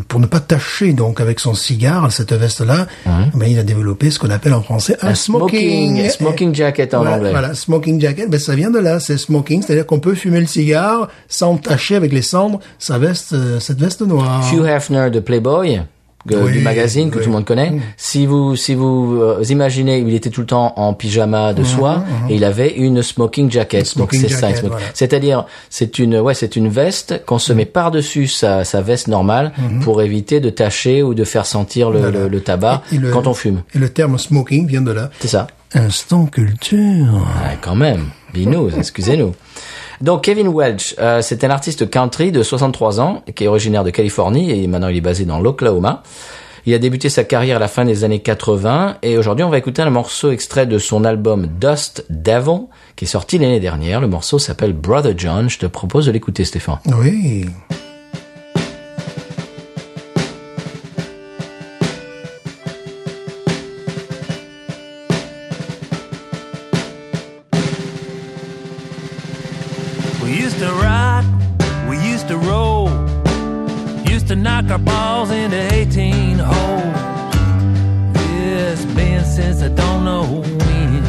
pour ne pas tacher donc avec son cigare cette veste-là. Mais il a développé ce qu'on appelle en français un, Un smoking, smoking, smoking jacket en Voilà, anglais. Voilà, smoking jacket. Ben ça vient de là, c'est smoking, c'est-à-dire qu'on peut fumer le cigare sans tacher avec les cendres sa veste, euh, cette veste noire. Hugh Hefner de Playboy que- Oui, du magazine que oui. Hum. tout le monde connaît. Si vous si vous euh, imaginez, il était tout le temps en pyjama Hum, de soie et il avait une smoking jacket. Donc smoking c'est ça, une jacket, smoking- voilà. Hum. c'est-à-dire c'est une ouais c'est une veste qu'on se met par dessus sa, sa veste normale pour éviter de tacher ou de faire sentir le, le- le tabac Et le- quand on fume. Et le terme smoking vient de là. C'est ça. Instant culture. Ah, quand même, binous, excusez-nous. Donc Kevin Welch, euh, c'est un artiste country de 63 ans qui est originaire de Californie et maintenant il est basé dans l'Oklahoma. Il a débuté sa carrière à la fin des années 80 et aujourd'hui on va écouter un morceau extrait de son album Dust Devil qui est sorti l'année dernière. Le morceau s'appelle Brother John. Je te propose de l'écouter Stéphane. Oui. We used to rock, we used to roll, used to knock our balls into 18 holes. Yeah, It's been since I don't know when.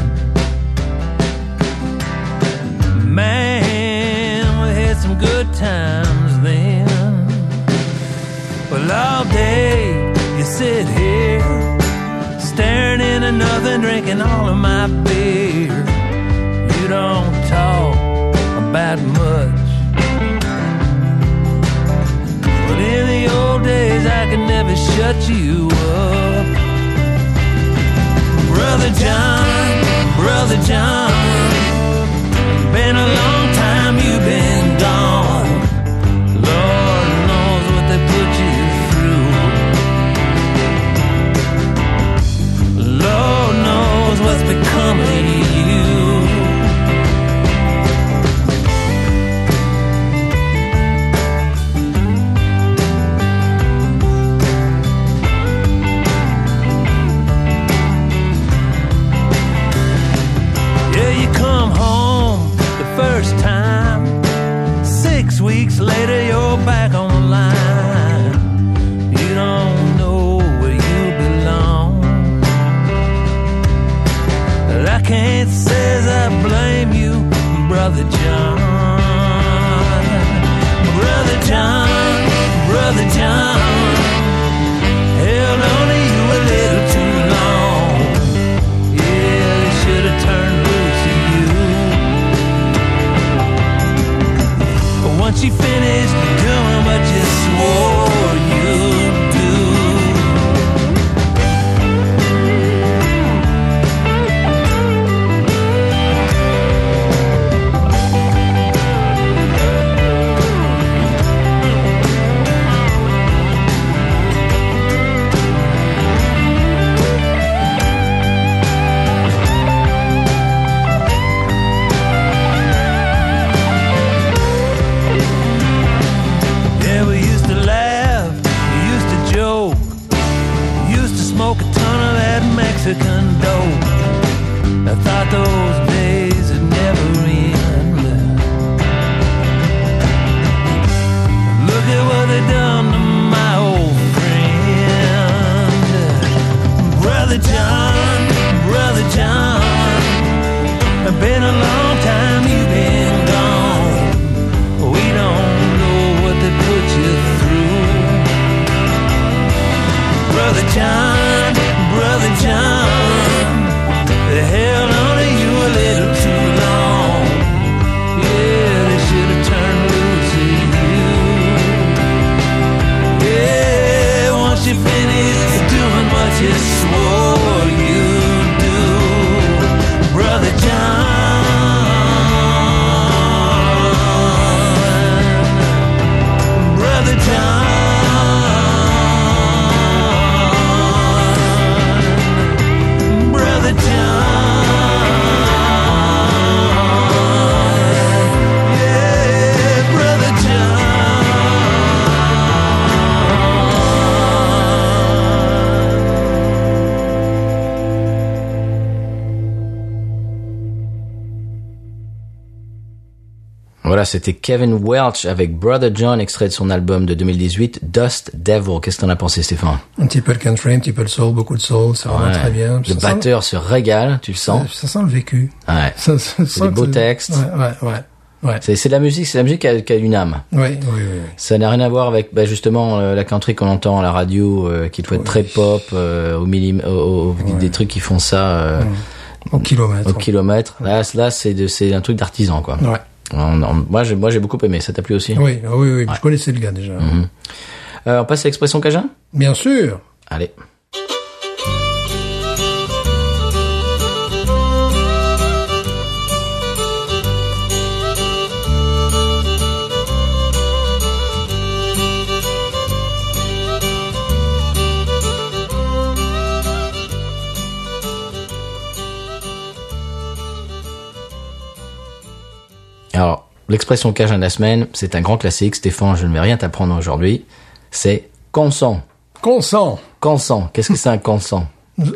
Man, we had some good times then. Well, all day you sit here, staring into nothing, drinking all of my beer. You don't talk about much. But in the old days, I could never shut you up. Brother John, Brother John, been a long time you've been gone. Lord knows what they put you through. Lord knows what's become of you. Yeah, Mexican dough. I thought those days would never end. Look at what they done to my old friend, Brother John, Brother John. It's been a long time you've been gone. We don't know what they put you through. Brother John, Brother John, they held on to you a little too long. Yeah, they should have turned loose at you. Yeah, once you finish doing what you swore you'd do, Brother John. Brother John. Brother John. Yeah, Brother John. Voilà, c'était Kevin Welch avec Brother John, extrait de son album de 2018, Dust Devil. Qu'est-ce que t'en as pensé, Stéphane Un petit peu de country, un petit peu de soul, beaucoup de soul, ça va Ouais. Ah, très bien. Le Ça sent- batteur se régale, tu le sens Ça sent le vécu. Ouais. Ça, ça sent que beaux c'est- textes. Ouais, ouais, ouais. Ouais, C'est c'est de la musique, c'est de la musique qui a, qui a une âme. ouais, oui, oui, oui. Ça n'a rien à voir avec bah, justement euh, la country qu'on entend à la radio, euh, qui doit être très pop, euh, au millim, au- au- au- des trucs qui font ça euh, Au kilomètre. au kilomètre. Là, c- là, c'est de- c'est un truc d'artisan, quoi. Ouais. On- on- moi, j'ai moi, j'ai beaucoup aimé. Ça t'a plu aussi Oui, oui, oui, oui, je connaissais le gars déjà. Mm-hmm. Euh, On passe à l'expression Cajun Bien sûr. Allez. Alors, l'expression cajun de la semaine, c'est un grand classique. Stéphane, je ne vais rien t'apprendre aujourd'hui. C'est consent. Consent. Consent. Qu'est-ce que c'est un consent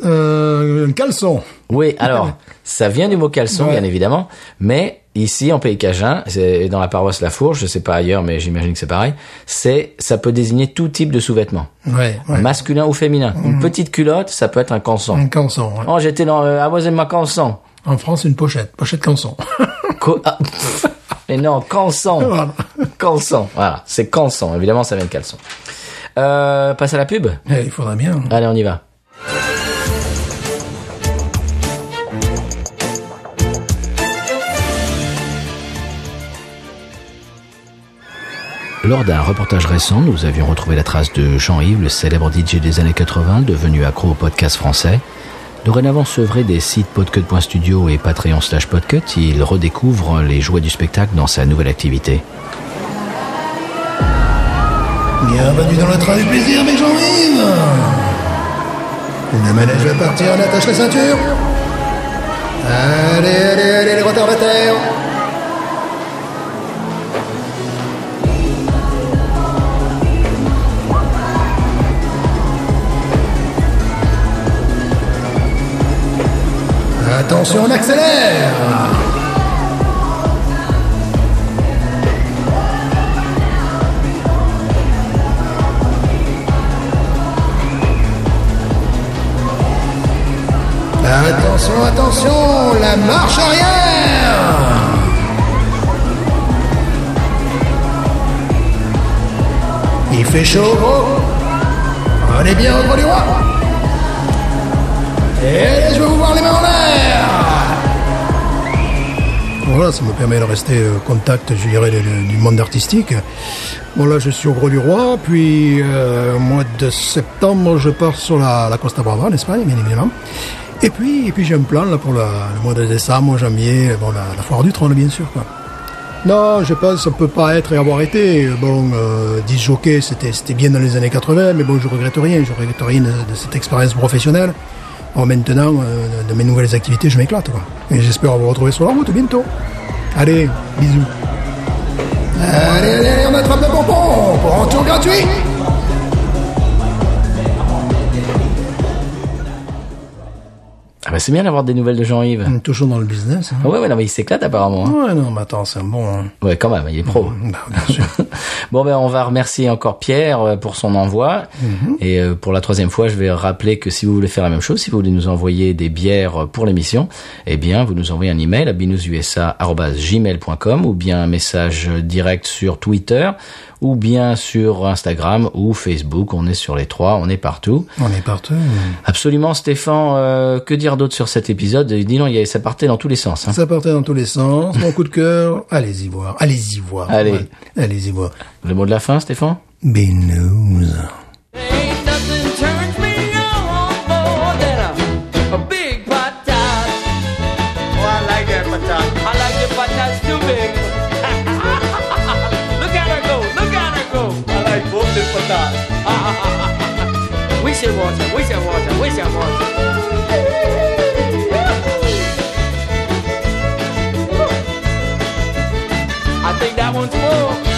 Euh, le caleçon. Oui, alors, ça vient du mot caleçon, Ouais. bien évidemment, mais ici, en Pays Cajun, c'est- et dans la paroisse La Fourche, je sais pas ailleurs, mais j'imagine que c'est pareil, c'est, ça peut désigner tout type de sous-vêtements, Ouais, ouais. masculin ou féminin. Une petite culotte, ça peut être un consent. Un canson. ouais. Oh, j'étais dans euh, I was in my consent. En France, une pochette. Pochette canson. Co- ah, pff, mais non, consent. Voilà. Consent, voilà, c'est consent, évidemment, ça vient de caleçon. Euh, passe à la pub Eh, Il faudra bien. Allez, on y va. Lors d'un reportage récent, nous avions retrouvé la trace de Jean-Yves, le célèbre DJ des années 80, devenu accro au podcast français. Dorénavant sevré des sites podcut.studio et patreon slash podcut, il redécouvre les joies du spectacle dans sa nouvelle activité. Bienvenue dans le train du plaisir, mes Jean-Yves. Le manège va partir, on attache la ceinture. Allez, allez, allez, les retardataires. Attention, on accélère Attention, attention, la marche arrière Il fait chaud, gros On est bien au droit du roi Et je vais vous voir les mains en l'air Voilà, ça me permet de rester euh, contact, je dirais, de- de- du monde artistique. Bon, là, je suis au Gros du Roi, puis euh, au mois de septembre, je pars sur la, la Costa Brava, en Espagne, bien évidemment. Et puis, et puis j'ai un plan là, pour la- le mois de décembre, janvier, bon, la, la foire du trône, bien sûr. Quoi. Non, je pense, ça peut pas être et avoir été. Bon, euh, disjockey, c'était, c'était bien dans les années 80, mais bon, je regrette rien, je regrette rien de, de cette expérience professionnelle. Bon, maintenant, euh, de- de mes nouvelles activités, je m'éclate, quoi. Et j'espère vous retrouver sur la route bientôt. Allez, bisous. Euh, Allez, allez, allez, on attrape le bonbon pour un tour gratuit. bah, c'est bien d'avoir des nouvelles de Jean-Yves. On est Toujours dans le business. hein. Ah Ouais, ouais, non, mais il s'éclate apparemment. hein. Ouais, non, mais attends, c'est un bon. hein. Ouais, quand même, il est pro. Bah, bien sûr. Bon, ben, on va remercier encore Pierre euh, pour son envoi. Et euh, pour la troisième fois, je vais rappeler que si vous voulez faire la même chose, si vous voulez nous envoyer des bières euh, pour l'émission, eh bien, vous nous envoyez un email à binoususa.gmail.com ou bien un message euh, direct sur Twitter ou bien sur Instagram ou Facebook. On est sur les trois, on est partout. On est partout. Absolument, Stéphane, euh, que dire d'autre sur cet épisode Dis non, il y a- ça partait dans tous les sens. hein. Ça partait dans tous les sens. Mon coup de cœur. Allez-y voir. Allez-y voir. Allez. Ouais. Allez-y voir. Le mot de la fin, Stéphane Binous. Ain't nothing turns me on more than a, a big pot tot. Oh, I like that patat. I like the patats too big. look at her go, look at her go. I like both the patats. we should watch her, we should watch her, we should watch her. I think that one's full.